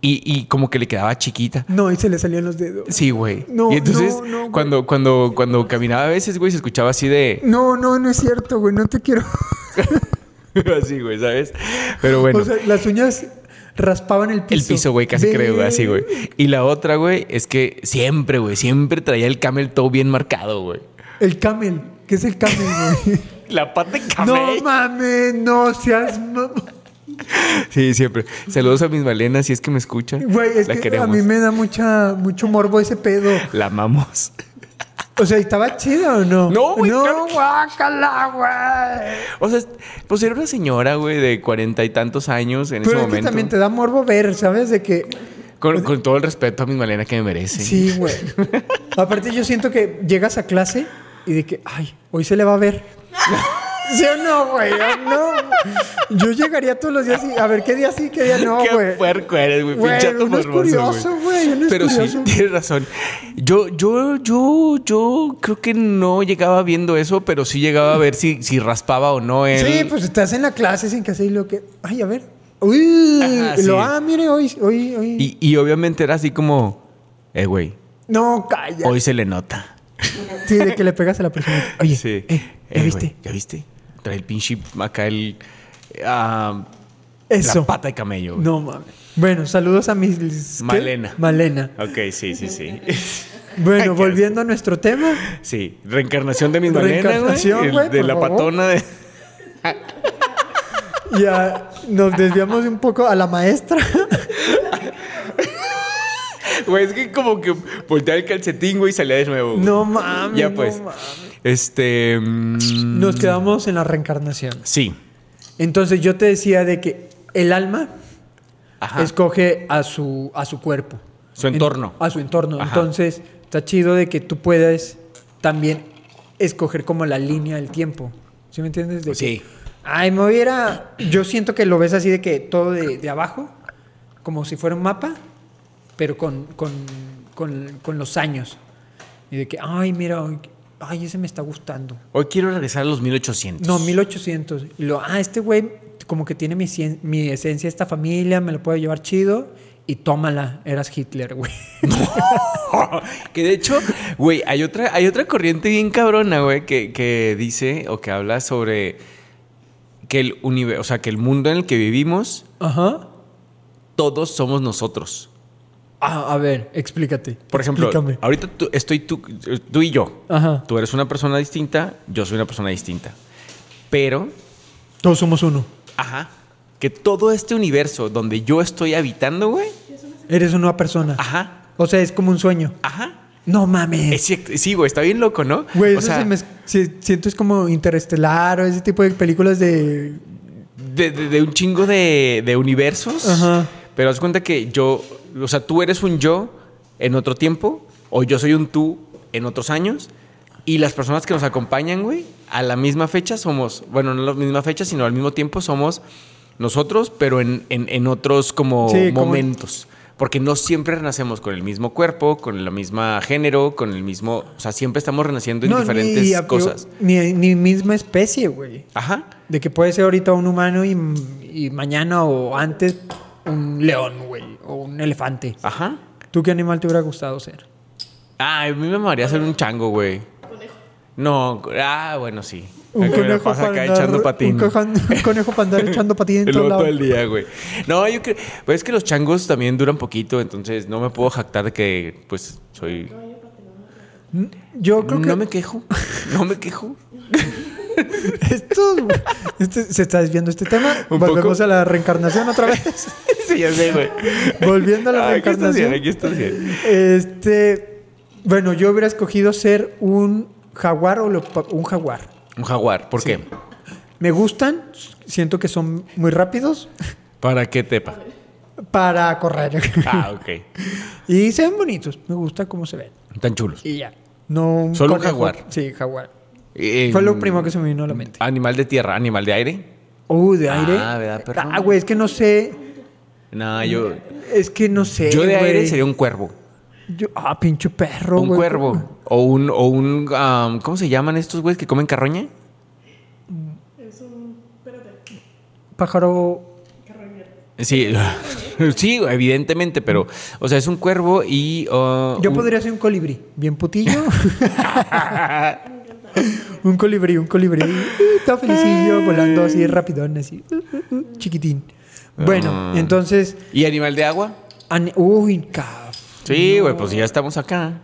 Y, y como que le quedaba chiquita. No, y se le salían los dedos. Sí, güey. No, y entonces, no, no, güey. cuando, cuando, cuando caminaba a veces, güey, se escuchaba así de. No, no, no es cierto, güey. No te quiero. así, güey, ¿sabes? Pero bueno. O sea, las uñas raspaban el piso. el piso, güey, casi Ve- creo, güey, así, güey. Y la otra, güey, es que siempre, güey, siempre traía el camel toe bien marcado, güey. El camel. ¿Qué es el camel, güey? La pata de no camel. mames, no seas. mam- sí, siempre. Saludos a mis Malena, si es que me escucha. Güey, es la que queremos. a mí me da mucha, mucho morbo ese pedo. La amamos. O sea, ¿y ¿estaba chido o no? No, güey, claro No, que- guácala, güey. O sea, pues era una señora, güey, de cuarenta y tantos años en Pero ese es que momento. también te da morbo ver, ¿sabes? De que. Con, con todo el respeto a mi Malena que me merece. Sí, güey. Aparte, yo siento que llegas a clase y de que, ay, hoy se le va a ver. ¿Sí o no, güey? ¿O no. Yo llegaría todos los días y a ver qué día sí, qué día no, Qué güey. puerco eres, güey. Güey, Pinche uno átomo es hermoso, curioso, güey, uno es Pero curioso. sí, tienes razón. Yo, yo, yo, yo creo que no llegaba viendo eso, pero sí llegaba a ver si, si raspaba o no él. Sí, pues estás en la clase sin que hacer lo que. Ay, a ver. Uy, Ajá, y lo, sí. ah, mire, hoy, hoy, hoy. Y, y obviamente era así como, eh, güey, No, calla. hoy se le nota. Sí, de que le pegas a la persona. Oye, Sí. eh, ¿ya Eh, viste? güey, ¿Ya viste? Trae el pinche acá el. ah, Eso. La pata de camello, güey. No mames. Bueno, saludos a mis. ¿qué? Malena. Malena. Ok, sí, sí, sí. Ay, qué Bueno, asco. volviendo a nuestro tema. Sí, reencarnación de mi Malena, Reencarnación, güey. El- güey, De por la favor. patona de. Ya nos desviamos un poco a la maestra. Güey, es que como que volteaba el calcetín, güey, y salía de nuevo. güey. No mames. Ya no pues. mames. Este. mm, Nos quedamos en la reencarnación. Sí. Entonces yo te decía de que el alma Ajá. escoge a su, a su cuerpo. Su entorno. En- a su entorno. Ajá. Entonces está chido de que tú puedas también escoger como la línea del tiempo. ¿Sí me entiendes? De que, Sí. Ay, me voy a ir a- Yo siento que lo ves así de que todo de, de abajo, como si fuera un mapa, pero con, con, con- con los años. Y de que, ay, mira, hoy- ay, ese me está gustando. Hoy quiero regresar a los 1800. No, 1800. Y lo, ah, este güey como que tiene mi, cien- mi esencia, esta familia, me lo puedo llevar chido. Y tómala, eras Hitler, güey. que de hecho, güey, hay otra, hay otra corriente bien cabrona, güey, que, que dice o que habla sobre que el universo, o sea, que el mundo en el que vivimos, Ajá. todos somos nosotros. Ah, a ver, explícate. Por ejemplo, Explícame. ahorita tú- estoy tú, tú y yo. Ajá. Tú eres una persona distinta, yo soy una persona distinta. Pero Todos somos uno. Ajá. Que todo este universo donde yo estoy habitando, güey. Eres una persona. Ajá. O sea, es como un sueño. Ajá. No mames. Es cierto, sí, güey, está bien loco, ¿no? Güey, o eso sea, se me... si- siento es como interestelar o ese tipo de películas de... de, de- de un chingo de, de universos. Ajá. Pero haz cuenta que yo, o sea, tú eres un yo en otro tiempo, o yo soy un tú en otros años, Y las personas que nos acompañan, güey, a la misma fecha somos, bueno, no a la misma fecha, sino al mismo tiempo somos nosotros, pero en, en- en otros como Sí, como- momentos. Porque no siempre renacemos con el mismo cuerpo, con la misma género, con el mismo... O sea, siempre estamos renaciendo en No, diferentes a- cosas. Ni, ni misma especie, güey. Ajá. De que puede ser ahorita un humano y, y mañana o antes un león, güey, o un elefante. Ajá. ¿Tú qué animal te hubiera gustado ser? Ah, a mí me mamaría ser un chango, güey. No, ah, bueno, sí. Un Acá me la conejo pasa acá para echando andar- patín. Un, cojan- un conejo para andar echando patín en El todos lobo todo lados. el día, güey. No, yo creo. Pues es que los changos también duran poquito, entonces no me puedo jactar de que, pues, soy. Yo creo que No me quejo. No me quejo. estos- este- se está desviando este tema. Un Volvemos poco. a la reencarnación otra vez. Sí, ya sé, güey. Volviendo a la Ah, aquí estás bien, reencarnación. aquí estás bien. Este, bueno, yo hubiera escogido ser un jaguar o leopa- un jaguar. Un jaguar, ¿por qué? Me gustan, siento que son muy rápidos ¿Para qué tepa? para correr. Ah, ok. y se ven bonitos, me gusta cómo se ven. Tan chulos. Y ya. No un Solo un conejo. jaguar. Sí, jaguar. Eh, Fue lo primero que se me vino a la mente. Animal de tierra, animal de aire. Uh, de aire. Ah, ¿verdad, perro? Ah, güey, es que no sé. No, yo. Es que no sé. Yo de aire güey. sería un cuervo. Yo- ah, pinche perro, un güey. cuervo. O un. O un um, ¿Cómo se llaman estos güeyes que comen carroña? Pájaro. Sí, sí, evidentemente, pero, o sea, es un cuervo y... uh, Yo un- podría ser un colibrí. Bien putillo. un colibrí, un colibrí. Uh, Todo felicillo, volando así rapidón, así. uh, uh, uh, chiquitín. Bueno, Ah. entonces. ¿Y animal de agua? an- uy, cab- Sí, güey, pues ya estamos acá.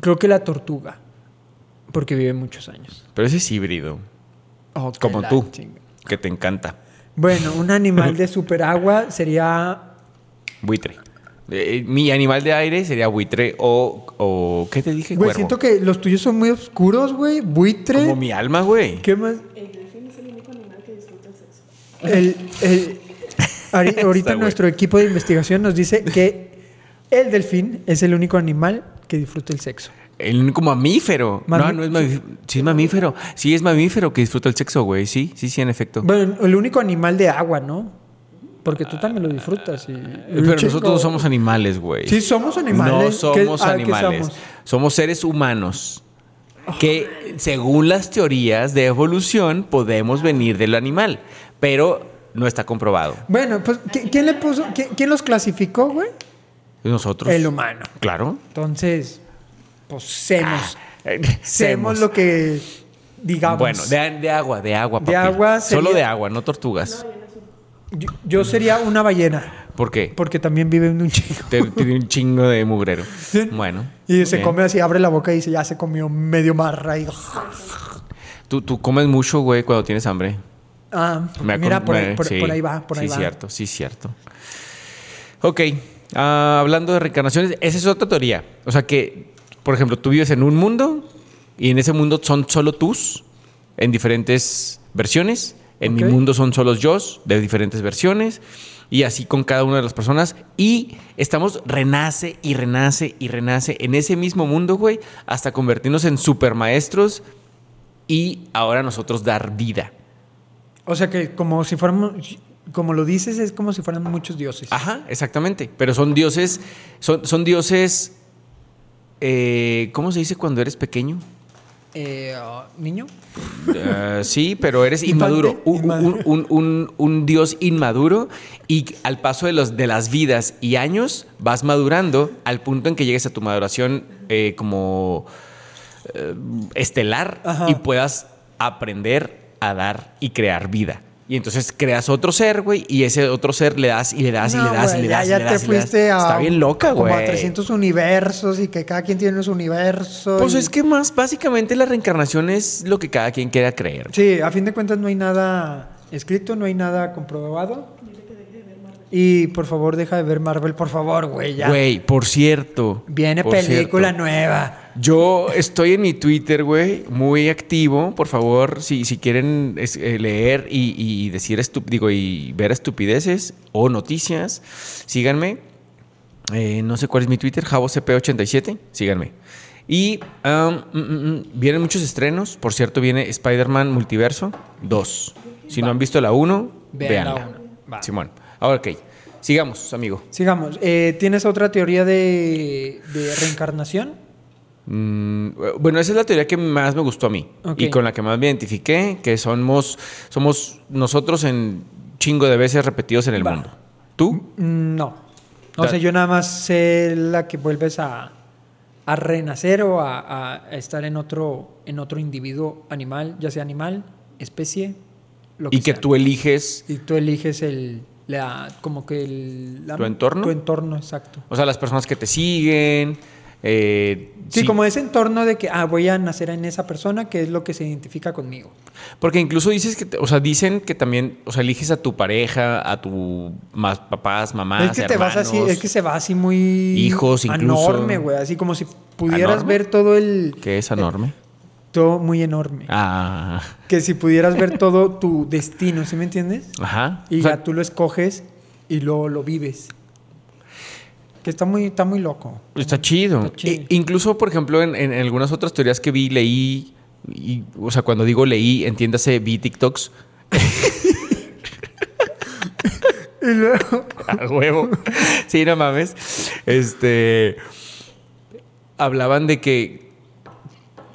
Creo que la tortuga. Porque vive muchos años. Pero ese es híbrido, Oh, que como la tú, chinga. que te encanta. Bueno, un animal de superagua sería. Buitre. Eh, mi animal de aire sería buitre o... o ¿Qué te dije? Güey, cuervo. siento que los tuyos son muy oscuros, güey. Buitre. Como mi alma, güey. ¿Qué más? El delfín es el único animal que disfruta el sexo. El, el- Ari- ahorita Está, güey. nuestro equipo de investigación nos dice que el delfín es el único animal que disfruta el sexo. El único mamífero. Mamí- no, no es mamífero. Sí es mamífero. Sí es mamífero que disfruta el sexo, güey. Sí, sí, sí, en efecto. Bueno, el único animal de agua, ¿no? Porque tú también lo disfrutas. y- Eh, Pero nosotros no Chingo. somos animales, güey. Sí, somos animales. No ¿Qué- somos ah, qué animales. somos? Somos? seres humanos. Que según las teorías de evolución podemos venir del animal, pero no está comprobado. Bueno, pues, ¿qui- ¿quién le puso? qui- ¿Quién los clasificó, güey? Nosotros. El humano. Claro. Entonces, pues, semos. eh, Semos semos. lo que digamos. Bueno, de, de agua, de agua. De papi. agua sería- Solo de agua, no tortugas. yo, yo sería una ballena, ¿Por qué? porque también vive en un chico. Te pide un chingo de mugrero. Bueno. Y muy se bien. come así, abre la boca y dice, ya se comió medio marra. Y, Tú, tú comes mucho, güey, cuando tienes hambre. ah, Me acor- mira, por, ahí- me- por- sí, por ahí va, por ahí sí, va. cierto, sí, cierto. Ok, ah, hablando de reencarnaciones, esa es otra teoría. O sea que, por ejemplo, tú vives en un mundo y en ese mundo son solo tus, en diferentes versiones. En Ok. mi mundo son solos yo, de diferentes versiones. Y así con cada una de las personas. Y estamos, renace y renace y renace en ese mismo mundo, güey, hasta convertirnos en supermaestros y ahora nosotros dar vida. O sea que como si fuéramos, como lo dices, es como si fueran muchos dioses. Ajá, exactamente. Pero son dioses, son, son dioses, eh, ¿cómo se dice cuando eres pequeño? Eh, ah, ¿Niño? Eh, sí, pero eres Infante, inmaduro. Un, inmaduro. un- un- un- un dios inmaduro y al paso de, los, de las vidas y años vas madurando al punto en que llegues a tu maduración eh, como eh, estelar Ajá. y puedas aprender a dar y crear vida. Y entonces creas otro ser, güey, y ese otro ser le das y le das y No, le das y güey, le ya- das. y Ya, le te das y le das. fuiste a... Está bien loca, güey. Como a 300 universos y que cada quien tiene su universo. Pues y- es que más, básicamente la reencarnación es lo que cada quien quiera creer. Sí, a fin de cuentas no hay nada escrito, no hay nada comprobado. Y por favor, deja de ver Marvel, por favor, güey. ya. Güey, por cierto. Viene por película cierto. nueva. Yo estoy en mi Twitter, güey, muy activo. Por favor, si, si quieren es- eh, leer y, y decir estu- digo, y ver estupideces o noticias, síganme. Eh, no sé cuál es mi Twitter, JavoCP87. Síganme. Y am, mm, mm, mm, vienen muchos estrenos. Por cierto, viene Spider-Man Multiverso 2. Si no han visto la 1, Vean la veanla. uno. Va. Simón. Ahora, ok. Sigamos, amigo. Sigamos. Eh, ¿Tienes otra teoría de, de reencarnación? Mm, Bueno, esa es la teoría que más me gustó a mí Ok. y con la que más me identifiqué, que somos, somos nosotros en chingo de veces repetidos en el Va. mundo. ¿Tú? Mm, No. O Da- sea, yo nada más sé la que vuelves a, a renacer o a, a- a estar en otro, en otro individuo animal, ya sea animal, especie, lo que y que sea. tú e- eliges, Y tú eliges el, la, como que el... la- ¿Tu entorno? Tu entorno, exacto. o sea, las personas que te siguen. eh, Sí, sí. como ese entorno de que, ah, voy a nacer en esa persona que es lo que se identifica conmigo. Porque incluso dices que, te- o sea, dicen que también, o sea, eliges a tu pareja, a tu más papás, mamás, es que te vas así, hermanos, es que se va así muy... Hijos, incluso. Enorme, güey, así como si pudieras ¿Anorme? ver todo el... que es enorme. eh, Todo muy enorme. Ah, Que si pudieras ver todo tu destino, ¿sí me entiendes? ajá. Y O sea, ya tú lo escoges y luego lo vives. Que está muy, está muy loco. Está chido. Está chido. E- incluso, por ejemplo, en, en algunas otras teorías que vi, leí, y, o sea, cuando digo leí, entiéndase, vi TikToks. A huevo. Sí, no mames. Este. Hablaban de que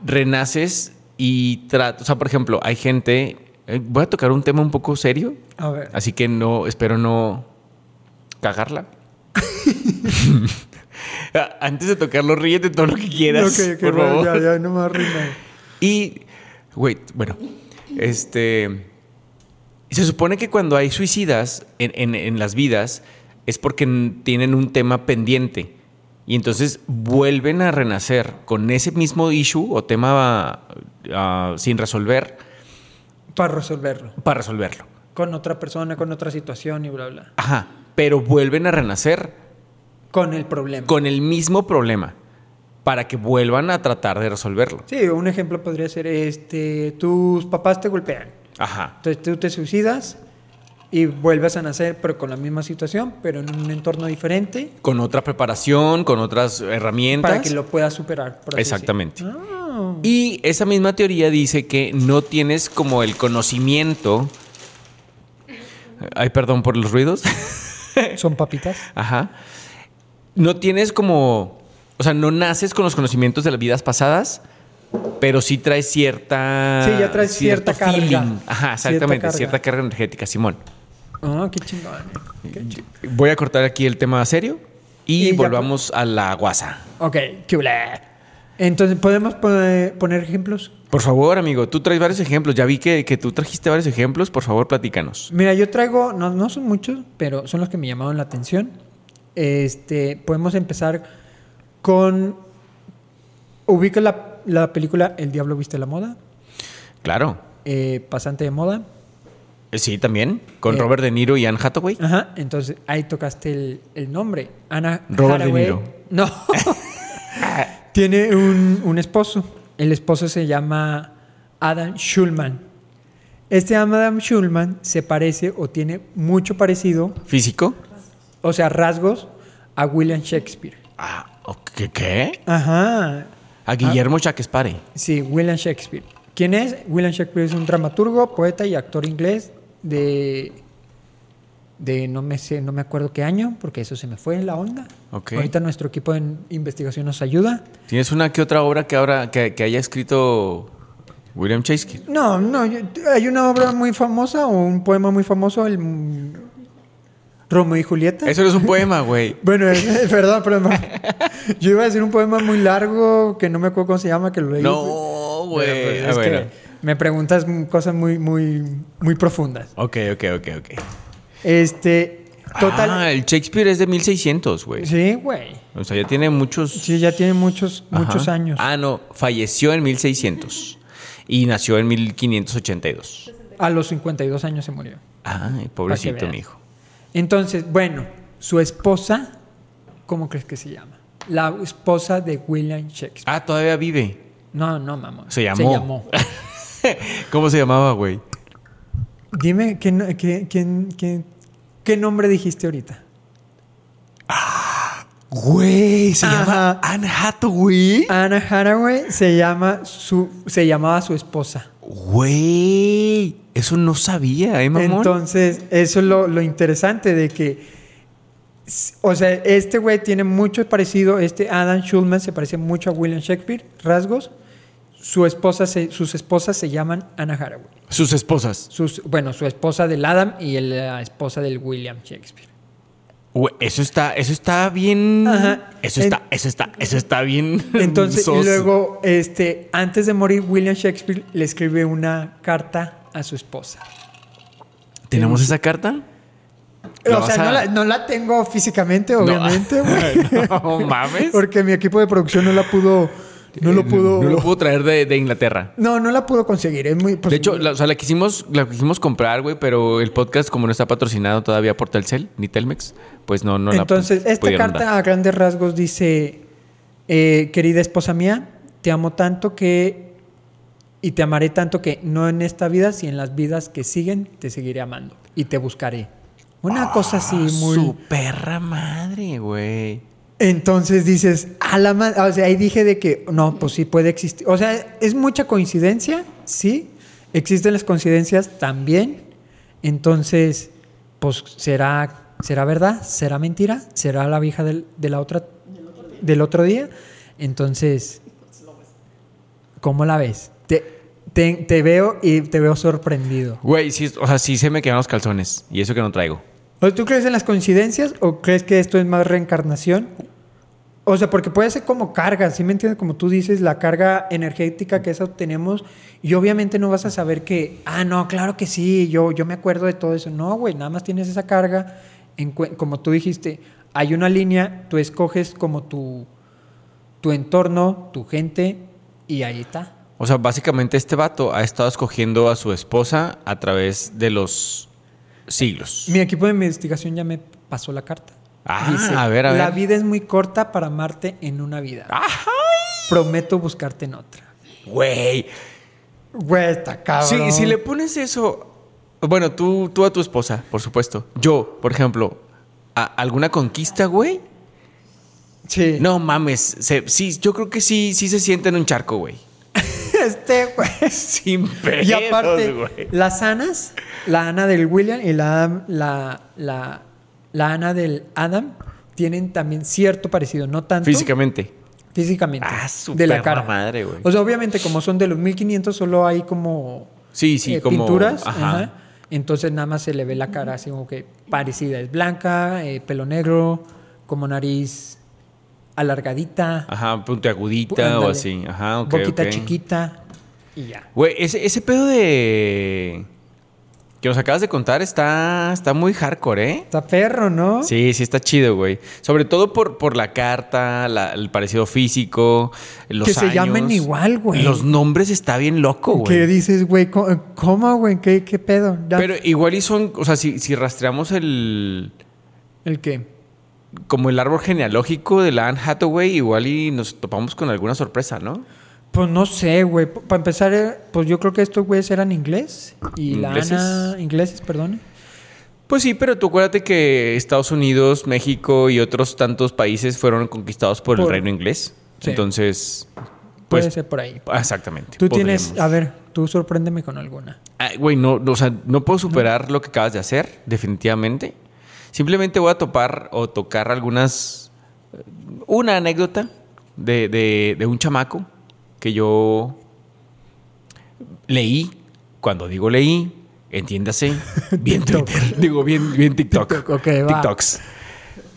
renaces y tratas. O sea, por ejemplo, hay gente. eh, Voy a tocar un tema un poco serio, A ver. así que no, espero no cagarla. Ah, Antes de tocarlo, ríete todo lo que quieras, Ok, ok, por bueno, favor. Ya, ya, no me arrimo. Y, wait, bueno, este... Se supone que cuando hay suicidas en, en- en las vidas es porque n- tienen un tema pendiente. Y entonces vuelven a renacer con ese mismo issue o tema ah, sin resolver Para resolverlo. para resolverlo. Con otra persona, con otra situación y bla, bla. Ajá. Pero vuelven a renacer Con el problema. con el mismo problema para que vuelvan a tratar de resolverlo. Sí, un ejemplo podría ser, este, tus papás te golpean. Ajá. Entonces tú te suicidas y vuelves a nacer, pero con la misma situación, pero en un entorno diferente. Con otra preparación, con otras herramientas. Para que lo puedas superar. por así decirlo. Exactamente. Ah. Y esa misma teoría dice que no tienes como el conocimiento. Ay, perdón por los ruidos. Son papitas. Ajá. No tienes como. O sea, no naces con los conocimientos de las vidas pasadas, pero sí traes cierta. Sí, ya traes cierto cierta carga. feeling. Ajá, Cierta exactamente. carga. cierta carga energética, Simón. Ah, qué chingón. Voy a cortar aquí el tema serio y, Y ya- pues. volvamos a la guasa. Ok, qué hule. Entonces, ¿podemos pone- poner ejemplos? Por favor, amigo, tú traes varios ejemplos. Ya vi que, que tú trajiste varios ejemplos. Por favor, platícanos. Mira, yo traigo, no, no son muchos, pero son los que me llamaron la atención. Este, podemos empezar con. Ubica la, la película El Diablo Viste la Moda, Claro. eh, Pasante de Moda. Eh, Sí, también. Con Eh. Robert De Niro y Anne Hathaway. Ajá, entonces ahí tocaste el, el nombre. Ana Robert De Hathaway. Niro. No. Tiene un, un esposo. El esposo se llama Adam Schulman. Este Adam Schulman se parece o tiene mucho parecido, Físico. o sea, rasgos, a William Shakespeare. Ah, ok, ¿qué? Ajá. A Guillermo Chaquespare. Sí, William Shakespeare. ¿Quién es? William Shakespeare es un dramaturgo, poeta y actor inglés de de no me sé, no me acuerdo qué año, porque eso se me fue la onda. Ok. Ahorita nuestro equipo de investigación nos ayuda. ¿Tienes una que otra obra que, ahora, que, que haya escrito William Shakespeare? No, no, yo- hay una obra muy famosa o un poema muy famoso, el mm, Romeo y Julieta. Eso no es un poema, güey. Bueno, es- perdón, perdón. Yo iba a decir un poema muy largo que no me acuerdo cómo se llama, que lo leí. No, güey. Pero, pues, Ah, es que bueno. me preguntas cosas muy, muy, muy profundas. Ok, ok, ok, ok. Este, total. Ah, el Shakespeare es de 1600, güey. sí, güey. O sea, ya tiene muchos... Sí, ya tiene muchos, Ajá. muchos años. Ah, no. Falleció en 1600 y nació en 1582. A los 52 años se murió. Ay, pobrecito, veas. mi hijo. Entonces, bueno, su esposa, ¿cómo crees que se llama? La esposa de William Shakespeare. Ah, todavía vive. No, no, mamá. Se llamó. ¿Cómo se llamaba, güey? Dime, ¿qué, no- qué, quién- quién- qué nombre dijiste ahorita? Güey, se Ajá. llama Anne Hathaway. Anna Hathaway se, llama su, se llamaba su esposa. Güey, eso no sabía, ¿eh, mamón? Entonces, eso es lo, lo interesante de que, s- o sea, este güey tiene mucho parecido, este Adam Schulman se parece mucho a William Shakespeare, rasgos. Su esposa se- sus esposas se llaman Anna Haraway. Sus esposas. Sus, bueno, su esposa del Adam y el- la esposa del William Shakespeare. Güey, eso está, eso está bien. Ajá. Eso está, eso está, eso está bien. Entonces, y sos. luego, este, antes de morir, William Shakespeare le escribe una carta a su esposa. ¿Tenemos esa carta? ¿La O sea, vas a- no, la, no la tengo físicamente, No. obviamente, güey. no mames. Porque mi equipo de producción no la pudo. No lo pudo. Eh, No lo pudo traer de, de Inglaterra. No, no la pudo conseguir. Es muy De hecho, la, o sea, la quisimos, la quisimos comprar, güey, pero el podcast, como no está patrocinado todavía por Telcel ni Telmex, pues no, no la pu- Entonces, esta pudieron carta dar. a grandes rasgos dice: eh, Querida esposa mía, te amo tanto que. Y te amaré tanto que no en esta vida, sino en las vidas que siguen, te seguiré amando. Y te buscaré. Una cosa así muy. Ah, Su perra madre, güey. Entonces dices, a la ma-". o sea, ahí dije de que no, pues sí puede existir. O sea, es mucha coincidencia, sí. Existen las coincidencias también. Entonces, pues será será verdad, será mentira, será la vieja del, de la otra del otro día. Entonces, ¿cómo la ves? Te, te, te veo y te veo sorprendido. Güey, sí, o sea, sí se me quedan los calzones. Y eso que no traigo. O sea, ¿Tú crees en las coincidencias o crees que esto es más reencarnación? O sea, porque puede ser como carga, ¿sí me entiendes? Como tú dices, la carga energética que esa obtenemos y obviamente no vas a saber que, ah, no, claro que sí, yo, yo me acuerdo de todo eso. No, güey, nada más tienes esa carga, en cue- como tú dijiste, hay una línea, tú escoges como tu, tu entorno, tu gente y ahí está. O sea, básicamente este vato ha estado escogiendo a su esposa a través de los siglos. Mi equipo de investigación ya me pasó la carta. Ah, a ver, a La ver. vida es muy corta para amarte en una vida. Prometo buscarte en otra. Güey. Güey, está cabrón. Sí, si le pones eso. Bueno, tú, tú a tu esposa, por supuesto. Yo, por ejemplo, ¿a- ¿alguna conquista, güey? Sí. No mames. se- sí, yo creo que sí, sí se siente en un charco, güey. Este, güey. Sin pedos, Y aparte, güey. las Anas, la Ana del William y la, Adam- la, la, la Ana del Adam, tienen también cierto parecido, no tanto. Físicamente. Físicamente. Ah, su de la perra cara. madre, güey. O sea, obviamente, como son de los 1500, solo hay como. Sí, sí, eh, como- Pinturas. ajá. ajá. Entonces, nada más se le ve la cara así como que parecida. Es blanca, eh, pelo negro, como nariz alargadita. Ajá, puntiagudita o ándale, así. Ajá, ok. Boquita ok. chiquita y ya. Güey, ese, ese pedo de. que nos acabas de contar está, está muy hardcore, ¿eh? Está perro, ¿no? Sí, sí está chido, güey. Sobre todo por, por la carta, la- el parecido físico, los Que se años. llamen igual, güey. Los nombres está bien loco, Que güey. dices, güey, co- ¿cómo, güey? ¿Qué, qué pedo? Ya- Pero igual y son, o sea, si, si rastreamos el ¿El qué? como el árbol genealógico de la Anne Hathaway, igual y nos topamos con alguna sorpresa, ¿no? Pues no sé, güey. Para empezar, eh, pues yo creo que estos güeyes eran inglés. Y ¿Ingleses? la Ana... Ingleses, perdón. Pues sí, pero tú acuérdate que Estados Unidos, México y otros tantos países fueron conquistados por, el Por- reino inglés. Sí. Entonces, Puede pues, ser por ahí. exactamente. Tú tienes... podríamos. A ver, tú sorpréndeme con alguna. Ah, Güey, no, no, o sea, no puedo superar lo que acabas de hacer, definitivamente. Simplemente voy a topar o tocar algunas. eh, Una anécdota de, de- de un chamaco que yo leí. Cuando digo leí, entiéndase, bien Twitter. Digo, bien, bien TikTok. TikTok, ok, va. TikToks.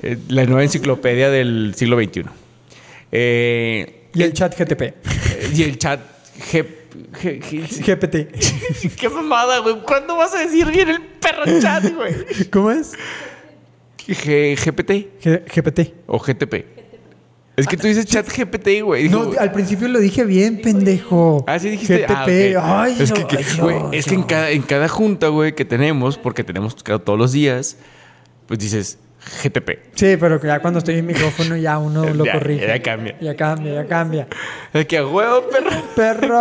Eh, la nueva enciclopedia del siglo XXI. Eh, Y el chat GTP. eh, y el chat. G- G- G- GPT. Qué mamada, güey. ¿Cuándo vas a decir bien el perro chat, güey? ¿Cómo es? G- GPT G- GPT. o GTP. Es que tú dices chat GPT, güey. Digo, No, al principio lo dije bien, pendejo. Ah, sí dijiste. GTP. ah, ok. Ay, es no, que, que- ay, güey, no, es que en no. cada, en cada junta, güey, que tenemos, porque tenemos claro, todos los días, pues dices GTP. Sí, pero que ya cuando estoy en micrófono ya uno lo Ya, corrige. ya cambia. Ya cambia, ya cambia. Es que a huevo, perro. Perro.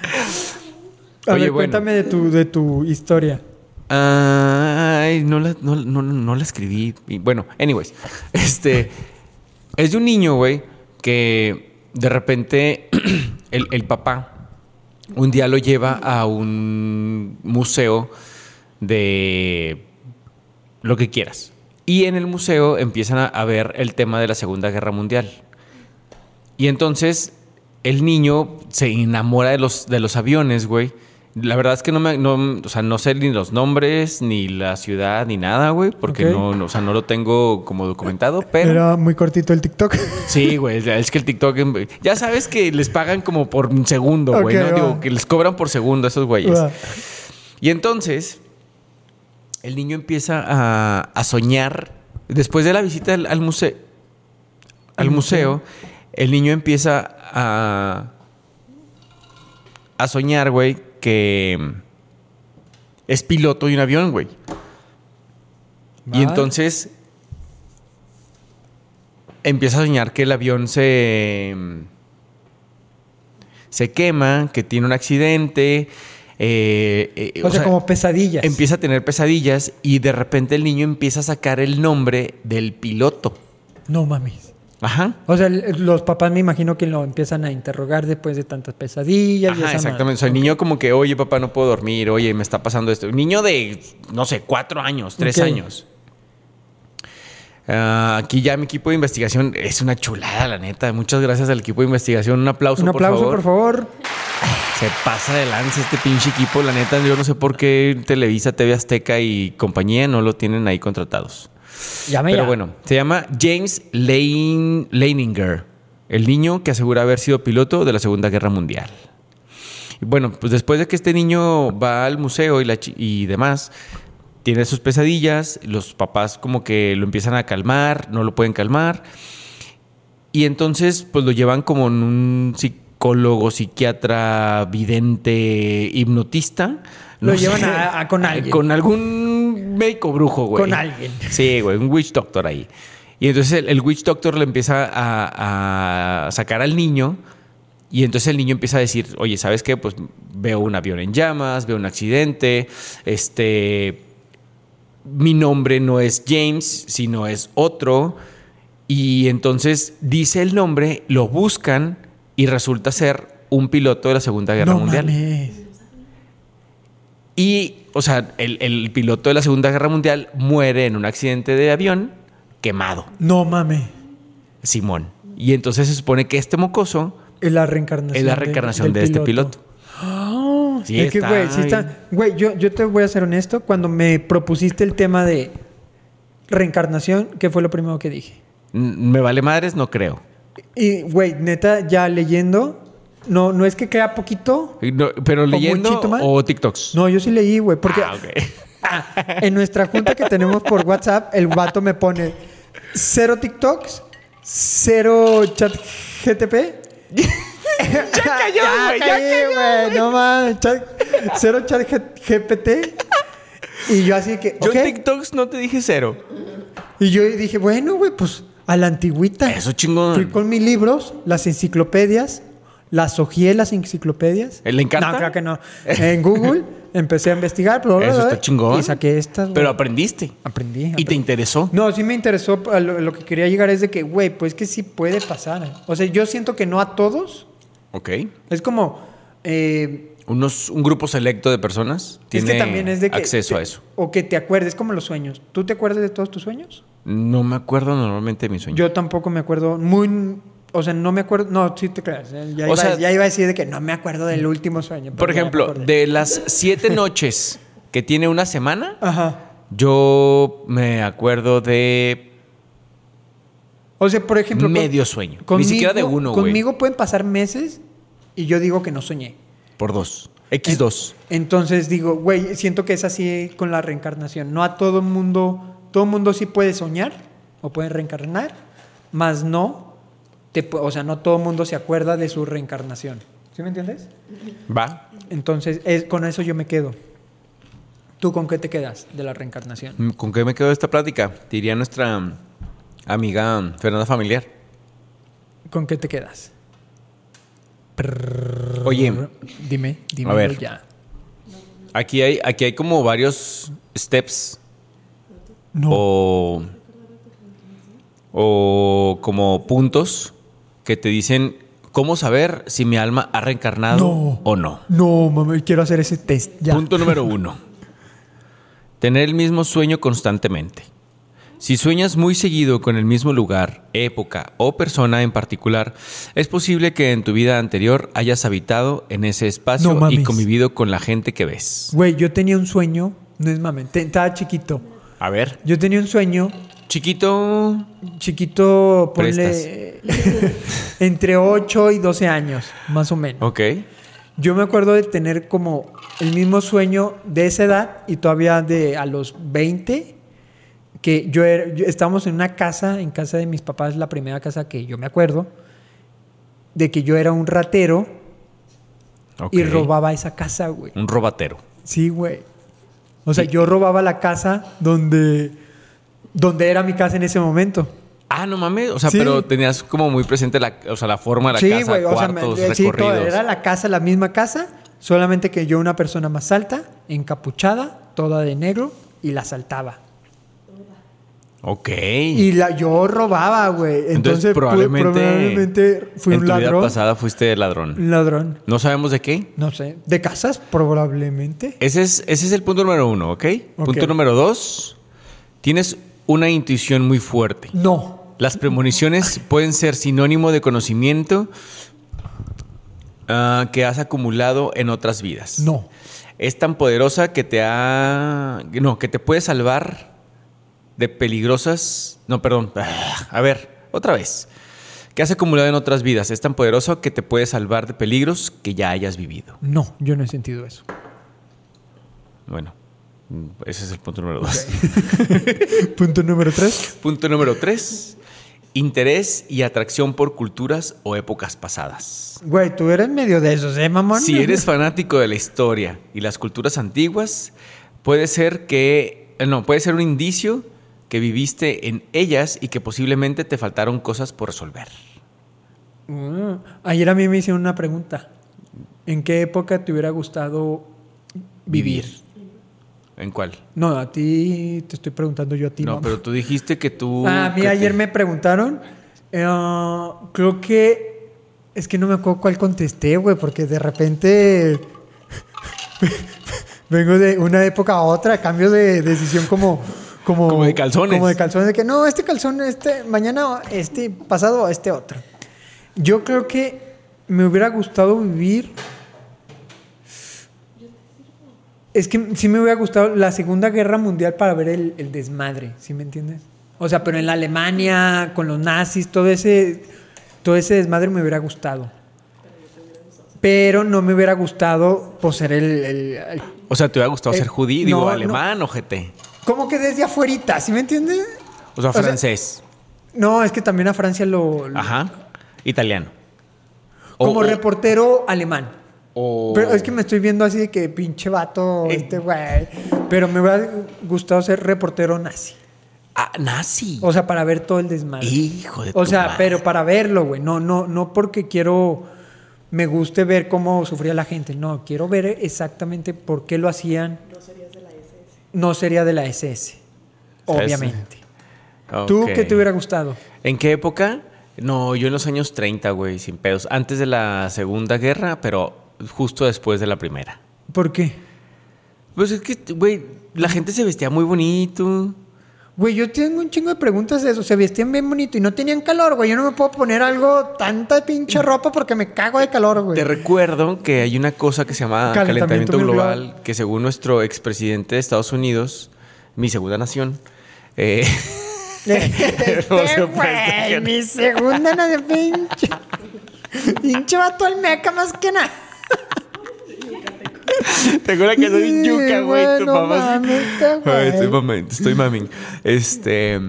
A Oye, ver, bueno. cuéntame de tu, de tu historia. Ay, no la, no, no, no la escribí. Y bueno, anyways. Este. Es de un niño, güey, que de repente el, el papá un día lo lleva a un museo de lo que quieras. Y en el museo empiezan a, a ver el tema de la Segunda Guerra Mundial. Y entonces el niño se enamora de los, de los aviones, güey. La verdad es que no me, no, o sea, no sé ni los nombres, ni la ciudad, ni nada, güey, porque Ok. no, no, o sea, no lo tengo como documentado, pero... Era muy cortito el TikTok. Sí, güey, es que el TikTok... en- Ya sabes que les pagan como por un segundo, güey, Ok, ¿no? va. Digo, que les cobran por segundo a esos güeyes. Va. Y entonces, el niño empieza a, a soñar. Después de la visita al, al museo, al museo, el niño empieza a, a soñar, güey, que es piloto de un avión, güey. Y Va. entonces empieza a soñar que el avión se se quema, que tiene un accidente. eh, eh, O, sea, como pesadillas. Empieza a tener pesadillas y de repente el niño empieza a sacar el nombre del piloto. No mames. Ajá. O sea, el- los papás me imagino que lo empiezan a interrogar después de tantas pesadillas. y Ajá, esa exactamente. O sea, el niño como que, oye, papá, no puedo dormir, oye, me está pasando esto. Un niño de, no sé, cuatro años, tres Ok. años. Ah, aquí ya mi equipo de investigación es una chulada, la neta. Muchas gracias al equipo de investigación. Un aplauso, madre. Un aplauso, por por favor. favor. Se pasa de lanza este pinche equipo, la neta. Yo no sé por qué Televisa, TV Azteca y compañía no lo tienen ahí contratados. Llame Pero ya. bueno, se llama James Lane, Leininger, el niño que asegura haber sido piloto de la Segunda Guerra Mundial. Y bueno, pues después de que este niño va al museo y, la chi- y demás, tiene sus pesadillas, los papás como que lo empiezan a calmar, no lo pueden calmar, y entonces pues lo llevan como en un psicólogo, psiquiatra, vidente, hipnotista. Lo No llevan sé. a- a- con alguien. Con algún médico brujo, güey. Con alguien. Sí, güey, un witch doctor ahí. Y entonces el, el witch doctor le empieza a, a sacar al niño. Y entonces el niño empieza a decir, oye, ¿sabes qué? Pues veo un avión en llamas, veo un accidente, este, mi nombre no es James, sino es otro. Y entonces dice el nombre, lo buscan y resulta ser un piloto de la Segunda Guerra no Mundial. mames. Y, o sea, el, el piloto de la Segunda Guerra Mundial muere en un accidente de avión quemado, No mames. Simón. Y entonces se supone que este mocoso Es la reencarnación. es la de- reencarnación del de, este piloto. Oh, Sí, es que, está güey, sí bien. está. Güey, yo, yo te voy a ser honesto. Cuando me propusiste el tema de reencarnación, ¿qué fue lo primero que dije? N- Me vale madres, no creo. Y, güey, neta, ya leyendo, no, no es que crea poquito. No, pero leyendo muchito más? o TikToks. No, yo sí leí, güey, porque Ah, ok. en nuestra junta que tenemos por WhatsApp, el vato me pone cero TikToks, cero chat GTP. ya cayó, güey, ya güey. No mames, chat- cero chat G- GPT. Y yo así que, Yo ok. en TikToks no te dije cero. Y yo dije, bueno, güey, pues a la antigüita. Eso chingón. Fui con mis libros, las enciclopedias, las hojeé las enciclopedias. ¿Eh, ¿Le encanta? No, creo que no. En Google empecé a investigar, pero Eso está chingón. ¿eh? Y saqué estas. güey. Pero aprendiste. aprendí. Y te aprendí. interesó. No, sí me interesó. a Lo, lo que quería llegar es de que, güey, pues que sí puede pasar. O sea, yo siento que no a todos. Ok. Es como. eh, Unos, un grupo selecto de personas tiene es que también es de que. acceso a te- eso. O que te acuerdes, como los sueños. ¿Tú te acuerdas de todos tus sueños? No me acuerdo normalmente de mi sueño. Yo tampoco me acuerdo. Muy. O sea, no me acuerdo. No, sí te creas. eh, Ya, O iba, sea- ya iba a decir de que no me acuerdo del último sueño. Por pero ya me ejemplo, acordé. de las siete noches que tiene una semana, Ajá. yo me acuerdo de O sea, por ejemplo. con- Medio sueño. Ni siquiera de uno, güey. Conmigo pueden pasar meses y yo digo que no soñé. por dos. X2. Entonces digo, güey, siento que es así con la reencarnación. No a todo mundo, todo mundo sí puede soñar o puede reencarnar, más no, te pu- o sea, no todo mundo se acuerda de su reencarnación. ¿Sí me entiendes? Va. Entonces, es- con eso yo me quedo. ¿Tú con qué te quedas de la reencarnación? Mm, ¿Con qué me quedo de esta plática? Diría nuestra mm, amiga mm, Fernanda Familiar. ¿Con qué te quedas? Oye, Dime, dime ver. ya. aquí hay, aquí hay como Oh. varios steps No. o o como puntos que te dicen cómo saber si mi alma ha reencarnado No. o no. No, mami, quiero hacer ese test ya. Punto número uno. Tener el mismo sueño constantemente. Si sueñas muy seguido con el mismo lugar, época o persona en particular, es posible que en tu vida anterior hayas habitado en ese espacio No mames. y convivido con la gente que ves. Güey, yo tenía un sueño, no es mame, te- estaba chiquito. A ver, Yo tenía un sueño chiquito, chiquito, ponle entre 8 y 12 años, más o menos. ok. Yo me acuerdo de tener como el mismo sueño de esa edad y todavía de a los 20, que yo, era, yo- estábamos en una casa, en casa de mis papás, la primera casa que yo me acuerdo, de que yo era un ratero ok. Mm. y robaba esa casa, güey. Un robatero. Sí, güey. O sea, yo robaba la casa donde, donde era mi casa en ese momento. Ah, no mames, o sea, Sí. pero tenías como muy presente la, o sea, la forma de la casa, güey, cuartos, me- sí, todo, recorridos. era la casa, la misma casa, solamente que yo una persona más alta, encapuchada, toda de negro y la saltaba. Ok. Y la yo robaba, güey. Entonces, Mm. Entonces, pu- probablemente, probablemente fui en un tu vida ladrón. Mm. pasada fuiste ladrón. Un ladrón, No sabemos de qué. no sé, de casas probablemente. Ese es, ese es el punto número uno, ¿ok? Punto Ok. número dos. Tienes una intuición muy fuerte. No. Las premoniciones pueden ser sinónimo de conocimiento ah, que has acumulado en otras vidas. No. Es tan poderosa que te ha. No, que te puede salvar de peligrosas. No, perdón. A ver, otra vez. Que has acumulado en otras vidas. Es tan poderosa que te puede salvar de peligros que ya hayas vivido. No, yo no he sentido eso. Bueno, mm, ese es el punto número dos. Punto número tres. Punto número tres. Interés y atracción por culturas o épocas pasadas. Güey, tú eres medio de esos, ¿eh, mamón? Si eres fanático de la historia y las culturas antiguas, puede ser que eh, no, puede ser un indicio que viviste en ellas y que posiblemente te faltaron cosas por resolver. Mm. Ayer a mí me hicieron una pregunta. ¿En qué época te hubiera gustado vivir? ¿En cuál? No, a ti te estoy preguntando yo a ti. no, mamá. pero tú dijiste que tú Ah, a mí que ayer te- me preguntaron. eh, creo que. Es que no me acuerdo cuál contesté, güey, porque de repente. vengo de una época a otra, cambio de decisión como. Como, Como de calzones. Como de calzones, de que no, este calzón, este, mañana, este, pasado, este otro. Yo creo que me hubiera gustado vivir. Es que sí me hubiera gustado la Segunda Guerra Mundial para ver el, el desmadre, ¿sí me entiendes? O sea, pero en la Alemania, con los nazis, todo ese, todo ese desmadre me hubiera gustado. Pero no me hubiera gustado pues, ser el, el- el- O sea, te hubiera gustado Eh, ser judío, digo, no, no. alemán o GT. Como que desde afuerita, ¿sí me entiendes? O sea, O sea, francés, No, es que también a Francia lo... lo- ajá, italiano. O- Como o- reportero alemán. o- Pero es que me estoy viendo así de que pinche vato, Eh. este güey. Pero me hubiera gustado ser reportero nazi. Ah, nazi. O sea, para ver todo el desmadre. Hijo de O tu sea, madre. pero para verlo, güey. No, no, no porque quiero. Me guste ver cómo sufría la gente. No, quiero ver exactamente por qué lo hacían. No serías de la SS. No sería de la SS. ¿Sabes? Obviamente. ¿Tú qué Ok. te hubiera gustado? ¿En qué época? No, yo en los años 30, güey, sin pedos. Antes de la Segunda Guerra, pero justo después de la Primera. ¿Por qué? Pues es que, güey, la gente se vestía muy bonito. Güey, yo tengo un chingo de preguntas de eso. Se vestían bien bonito y no tenían calor, güey. Yo no me puedo poner algo, tanta pinche ropa porque me cago de calor, güey. Te recuerdo que hay una cosa que se llama Calentamiento Pues calentamiento, global, global. que según nuestro expresidente de Estados Unidos, mi segunda nación, eh, Este Por supuesto güey, que no. mi segunda no de pinche. Pinche vato al meca más que nada. ¿Te acuerdas que soy Sí, yuca, güey? güey, tu no mamá. mames, está Ay, guay. estoy mamando, estoy maming. Este.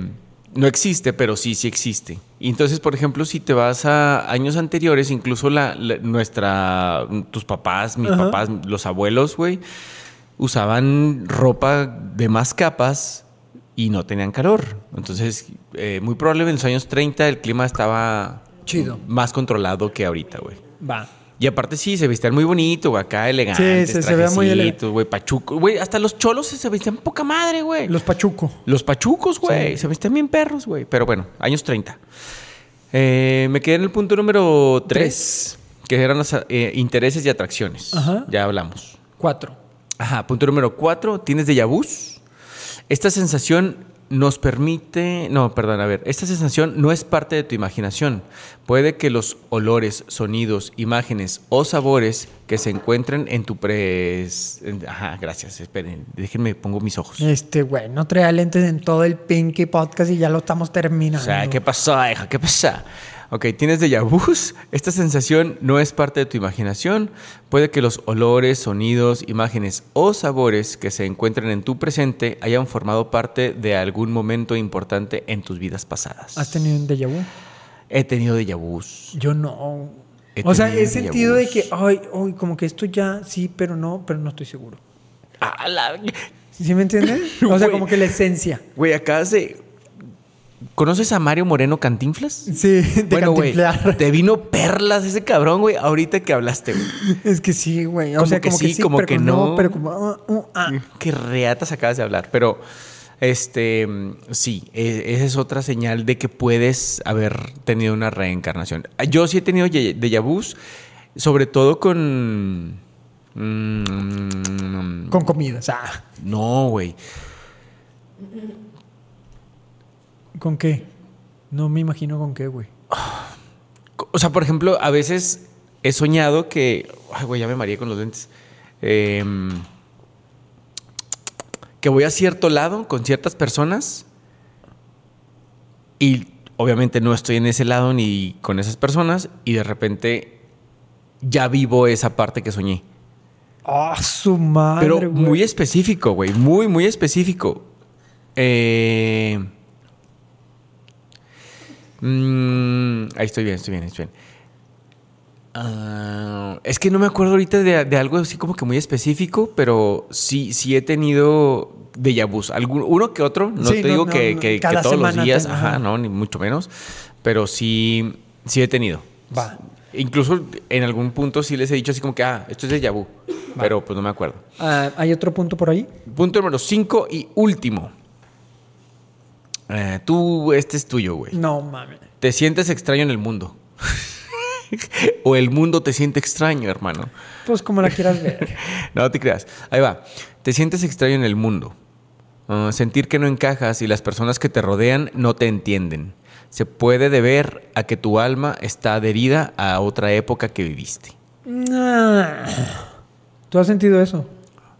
No existe, pero sí, sí existe. Y entonces, por ejemplo, si te vas a años anteriores, incluso la, la- nuestra. Tus papás, mis papás, los abuelos, güey, usaban ropa de más capas y no tenían calor. Entonces, eh, muy probable en los años 30 el clima estaba Chido. más controlado que ahorita, güey. Va. Y aparte sí, se vestían muy bonito, güey, acá elegantes, Sí, sí, se veía muy trajecitos, elegante. güey, pachuco. Güey, hasta los cholos se vestían poca madre, güey. Los Pachuco. Los pachucos, güey. Se vestían bien perros, güey. Pero bueno, años 30. Eh, me quedé en el punto número 3, que eran los eh, intereses y atracciones. Ajá. Ya hablamos. Cuatro. Ajá, punto número 4, tienes de yabús. Esta sensación nos permite, no, perdón, a ver, esta sensación no es parte de tu imaginación. Puede que los olores, sonidos, imágenes o sabores que se encuentren en tu pres... en- Ajá, gracias, esperen, déjenme, pongo mis ojos. Este, güey, no traía lentes en todo el Pinky Podcast y ya lo estamos O terminando. sea, ¿qué pasó, hija? ¿Qué pasa? Ok, tienes de yabús. Esta sensación no es parte de tu imaginación. Puede que los olores, sonidos, imágenes o sabores que se encuentren en tu presente hayan formado parte de algún momento importante en tus vidas pasadas. ¿Has tenido un déjà vu? He tenido de yabús. Yo no. He O sea, tenido he déjà sentido de vus. que, ay, ay, como que esto ya sí, pero no, pero no estoy seguro. ¿Sí me entiendes? O sea, Güey. como que la esencia. Güey, acá se... ¿Conoces a Mario Moreno Cantinflas? Sí, de bueno, güey, cantinflear. te vino perlas ese cabrón, güey, ahorita que hablaste, güey. Es que sí, güey. O Como sea, que como que sí, sí, como pero que como no. Mm. no, pero como ah, ah, ah. Qué reatas acabas de hablar, pero este mm, sí, e- esa es otra señal de que puedes haber tenido una reencarnación. Ah, Yo sí he tenido ye- déjà vus, sobre todo con mm, con ah. comida, o sea, no, güey. ¿con qué? No me imagino con qué, güey. O sea, por ejemplo, a veces he soñado que. Ay, güey, ya me mareé con los lentes. Em, que voy a cierto lado con ciertas personas y obviamente no estoy en ese lado ni con esas personas y de repente ya vivo esa parte que soñé. Ah, su madre, Pero güey. muy específico, güey. Muy, muy específico. Eh, mm, ahí estoy bien, estoy bien, estoy bien. Ah, es que no me acuerdo ahorita de, de algo así como que muy específico, pero sí, sí he tenido déjà vus. Algún- uno que otro, no Sí, te no, digo no, que, no. que- que Cada todos los semana días, tengo, ajá, ajá. no, ni mucho menos, pero sí, sí he tenido. Va. Incluso en algún punto sí les he dicho así como que, ah, esto es déjà vu, pero pues no me acuerdo. Ah, ¿Hay otro punto por ahí? Punto número 5 y último. Eh, tú, este es tuyo, güey. No, mames. Te sientes extraño en el mundo. o el mundo te siente extraño, hermano. Pues como la quieras ver. No te creas. Ahí va. Te sientes extraño en el mundo. Ah, sentir que no encajas y las personas que te rodean no te entienden. Se puede deber a que tu alma está adherida a otra época que viviste. Ah. ¿Tú has sentido eso?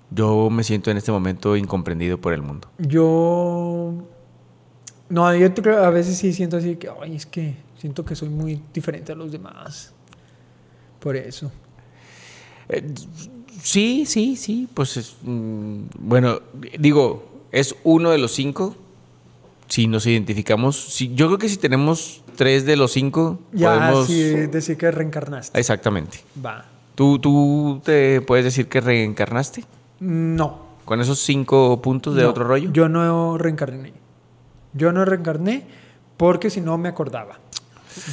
Yo me siento en este momento incomprendido por el mundo. Yo. No, yo te creo- a veces sí siento así que, ay, es que siento que soy muy diferente a los demás. Por eso. Eh, sí, sí, sí. Pues es, mm, bueno, digo, es uno de los cinco. Si nos identificamos, si, yo creo que si tenemos tres de los cinco, Ya, podemos. sí, decir que reencarnaste. Exactamente. Va. ¿Tú, ¿Tú te puedes decir que reencarnaste? No. Con esos cinco puntos de No, otro rollo. Yo no reencarné. Yo no reencarné porque si no me acordaba.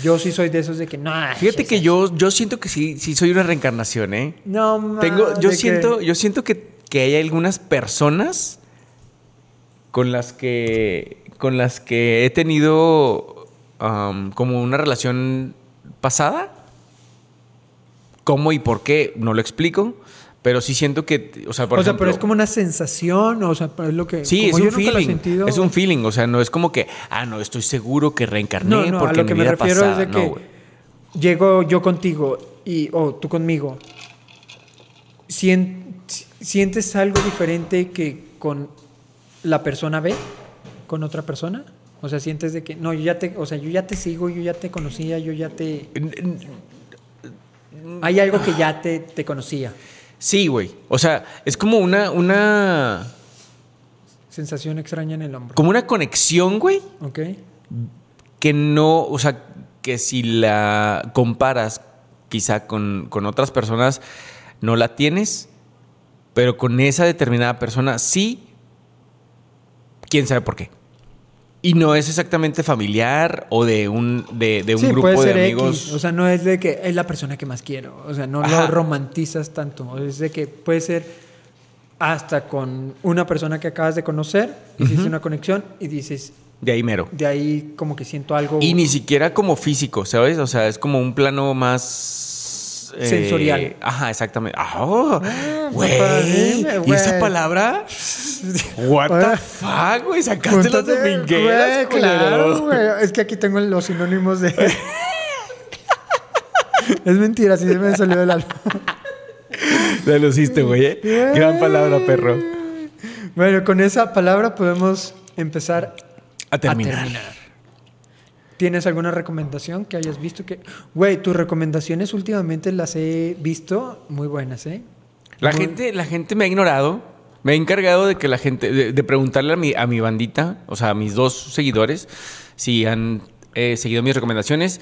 Yo sí soy de esos de que no. Fíjate que yo, yo siento que sí, sí soy una reencarnación, ¿eh? No, ma, Tengo, yo Ah, de que- siento, yo siento que, que hay algunas personas con las que. con las que he tenido am, como una relación pasada. ¿Cómo y por qué? No lo explico. Pero sí siento que. O sea, por o sea, ejemplo, pero es como una sensación, o sea, es lo que. Sí, es como yo un nunca lo he feeling. sentido- Es un feeling. O sea, no es como que, ah, no, estoy seguro que reencarné No, no, a porque lo que mi me vida refiero pasada. es de no, que güey. llego yo contigo y o tú conmigo. Sien- si- sientes algo diferente que con la persona B, con otra persona. O sea, sientes de que no, yo ya te, o sea, yo ya te sigo, yo ya te conocía, yo ya te hay algo que ah. ya te, te conocía. Sí, güey. O sea, es como una, una. Sensación extraña en el hombro. Como una conexión, güey. ¿Ok? que no, o sea, que si la comparas quizá con, con otras personas, no la tienes, pero con esa determinada persona sí, quién sabe por qué. Y Y no es exactamente familiar o de un, de, de un sí, puede grupo ser de X, amigos. O sea, no es de que es la persona que más quiero. O sea, no Ajá. lo romantizas tanto. Es de que puede ser hasta con una persona que acabas de conocer, hiciste una conexión y dices, de ahí mero. de ahí como que siento algo. Y ni siquiera como físico, ¿sabes? O sea, es como un plano más... eh, Sensorial. Ajá, exactamente. Ah, oh, papá, güey. dime, ¿Y güey. esa palabra? What the fuck, güey. Sacaste las Júntate, domingueras, güey, Claro, culero. güey. Es que aquí tengo los sinónimos de. es mentira, sí se me salió del alma. La luciste, güey. eh. Gran palabra, perro. Bueno, con esa palabra podemos empezar A terminar. a terminar. ¿Tienes alguna recomendación que hayas visto que güey, tus recomendaciones últimamente las he visto muy buenas, ¿eh? La Muy- gente, la gente me ha ignorado. Me he encargado de que la gente, de, de preguntarle a mi, a mi bandita, o sea, a mis dos seguidores, si han eh, seguido mis recomendaciones.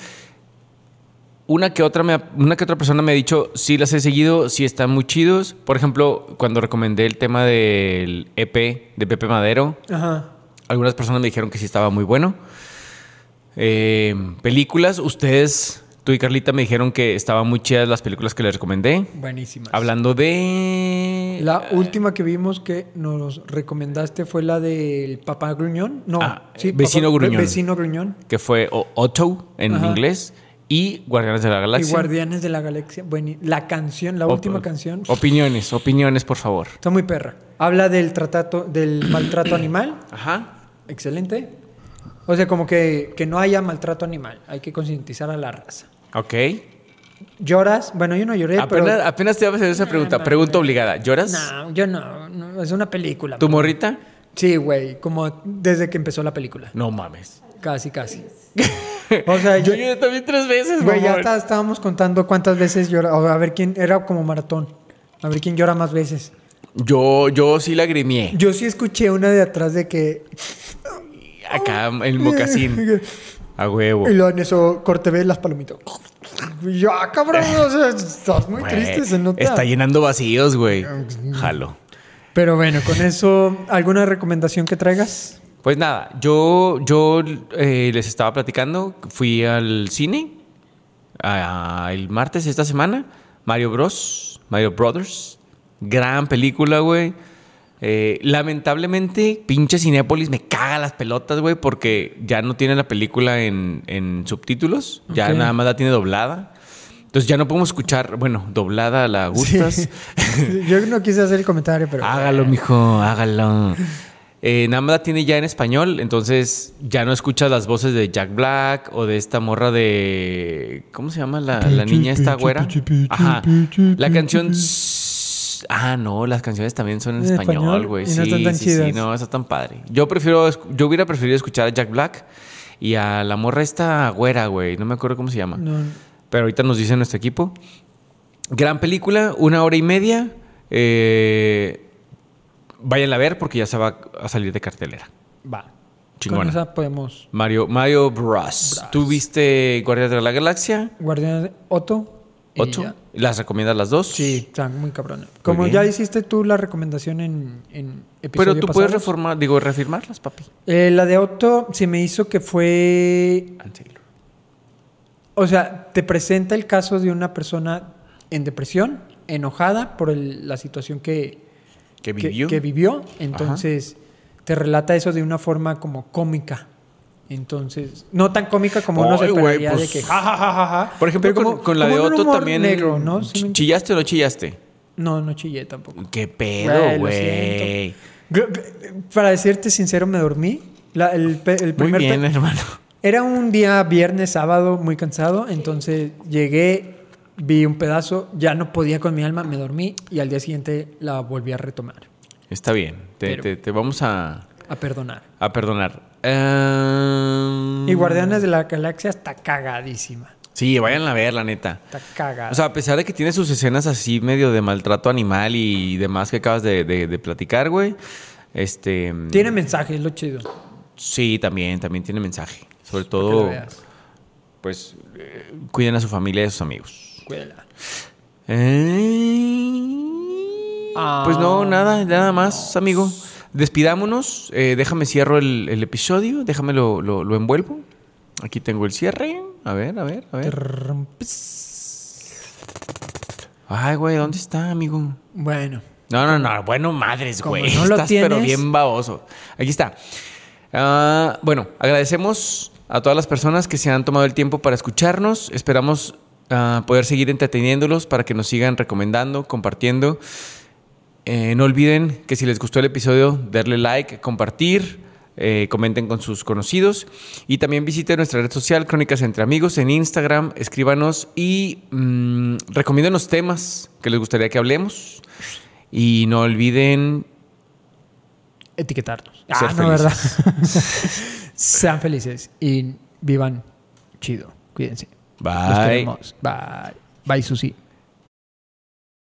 Una que, otra me ha- una que otra persona me ha dicho, sí las he seguido, sí están muy chidos. Por ejemplo, cuando recomendé el tema del EP de Pepe Madero, Ajá. algunas personas me dijeron que sí estaba muy bueno. Eh, películas, ustedes, tú y Carlita, me dijeron que estaban muy chidas las películas que les recomendé. Buenísimas. Hablando de. La última que vimos que nos recomendaste fue la del papá gruñón. No, Ah, sí, Vecino Papá- Gruñón. Vecino gruñón. Que fue O- Otto en Ajá. inglés y Guardianes de la Galaxia. Y Guardianes de la Galaxia. Bueni- la canción, la Op- última canción. Opiniones, opiniones, por favor. Está muy perra. Habla del tratato, del maltrato animal. Ajá. Excelente. O sea, como que, que no haya maltrato animal. Hay que concientizar a la raza. Ok. Eh, ¿Lloras? Bueno, yo no lloré, apenas, apenas te iba a hacer esa pregunta. no, pregunta no. obligada. pero. ¿Lloras? No, yo no, no, Es una película. ¿Tu morrita? Sí, güey. Como desde que empezó la película. No mames. Casi, casi. O sea, yo. Yo lloré también tres veces, Güey, ya mamón. está- estábamos contando cuántas veces llora. o A ver quién. Era como maratón. A ver quién llora más veces. Yo, yo sí lagrimié. Yo sí escuché una de atrás de que. Acá en el mocasín. A huevo. Y luego en eso corte ve las palomitas. Y yo, ah, cabrón, o sea, estás muy Güey, triste, se nota. Está llenando vacíos, güey. Jalo. Pero bueno, con eso, ¿alguna recomendación que traigas? Pues nada, yo, yo eh, les estaba platicando, fui al cine ah, el martes esta semana, Mario Bros, Mario Brothers, gran película, güey. Eh, lamentablemente, pinche Cinépolis me caga las pelotas, güey, porque ya no tiene la película en, en subtítulos, ya Ok. nada más la tiene doblada. Entonces ya no podemos escuchar, bueno, doblada a la gustas. Yo no quise hacer el comentario, pero. Hágalo, mijo, hágalo. Eh, nada más la tiene ya en español, entonces ya no escuchas las voces de Jack Black o de esta morra de. ¿Cómo se llama la, la niña esta güera? Ajá. La canción. Ah, no, las canciones también son en En español, español, güey. y no Sí, están tan sí, sí, chidas. no, está tan padre. Yo prefiero, escu- yo hubiera preferido escuchar a Jack Black y a la morra esta güera, güey. No me acuerdo cómo se llama. No. Pero ahorita nos dice nuestro equipo. Gran película, una hora y media. Eh, váyanla a ver porque ya se va a salir de cartelera. Va. Con Chingona. esa podemos. Mario, Mario Bros. Bros. ¿Tú viste Guardias de la Galaxia? Guardianes de Otto. y ¿Ocho? ya. ¿Las recomiendas las dos? Sí, están muy cabrones. Como bien. ya hiciste tú la recomendación en, en Pero episodio tú puedes pasados. reformar, digo, reafirmarlas, papi. Eh, la de Otto se me hizo que fue Ann Taylor. O sea, te presenta el caso de una persona en depresión, enojada por el- la situación que, ¿Que que- vivió? que vivió. Entonces, te relata eso de una forma como cómica. Entonces, no tan cómica como uno se Ay, güey, esperaría pues, de que ja, ja, ja, ja, ja. Por ejemplo, Pero con, como- con la como de un Otto humor también. negro, ¿no? Sí Ch- me- ¿Chillaste o no chillaste? No, no chillé tampoco. ¿Qué pedo, lo güey? siento. Gr- gr- eh, Para decirte sincero, me dormí. La- el, pe- el Muy primer pe- bien, hermano. Era un día viernes, sábado, muy cansado, entonces llegué, vi un pedazo, ya no podía con mi alma, me dormí y al día siguiente la volví a retomar, Está bien. Te- Pero- te- te vamos a. a perdonar. A perdonar. Ehm, Y Guardianes de la Galaxia está cagadísima, Sí, vayan a ver, la neta. está cagada. O sea, a pesar de que tiene sus escenas así medio de maltrato animal y demás que acabas de, de- de platicar, güey. Este. Tiene mensaje, es lo chido. Sí, también, también tiene mensaje. Sobre Que la todo, veas. pues, eh, cuiden a su familia y a sus amigos. Cuídala. Eh, Ah. Pues no, nada, nada más, amigo. Despidámonos. eh, déjame cierro el, el episodio. Déjame lo, lo- lo envuelvo. Aquí tengo el cierre. A ver, a ver, a ver. Trrrm, pss. Ay, güey, ¿dónde está, amigo? Bueno, No, no, no. Bueno, madres, Como güey. no lo Estás pero tienes. bien baboso. Aquí está. Ah, bueno, agradecemos a todas las personas que se han tomado el tiempo para escucharnos. Esperamos ah, poder seguir entreteniéndolos para que nos sigan recomendando, compartiendo. Eh, no olviden que si les gustó el episodio, darle like, compartir, eh, comenten con sus conocidos y también visiten nuestra red social Crónicas entre Amigos en Instagram, escríbanos y mm, recomiéndenos temas que les gustaría que hablemos. Y no olviden etiquetarnos. Ser Ah, no, ¿verdad? Sean felices y vivan chido. Cuídense. Los Bye. queremos. Bye. Bye, Susi.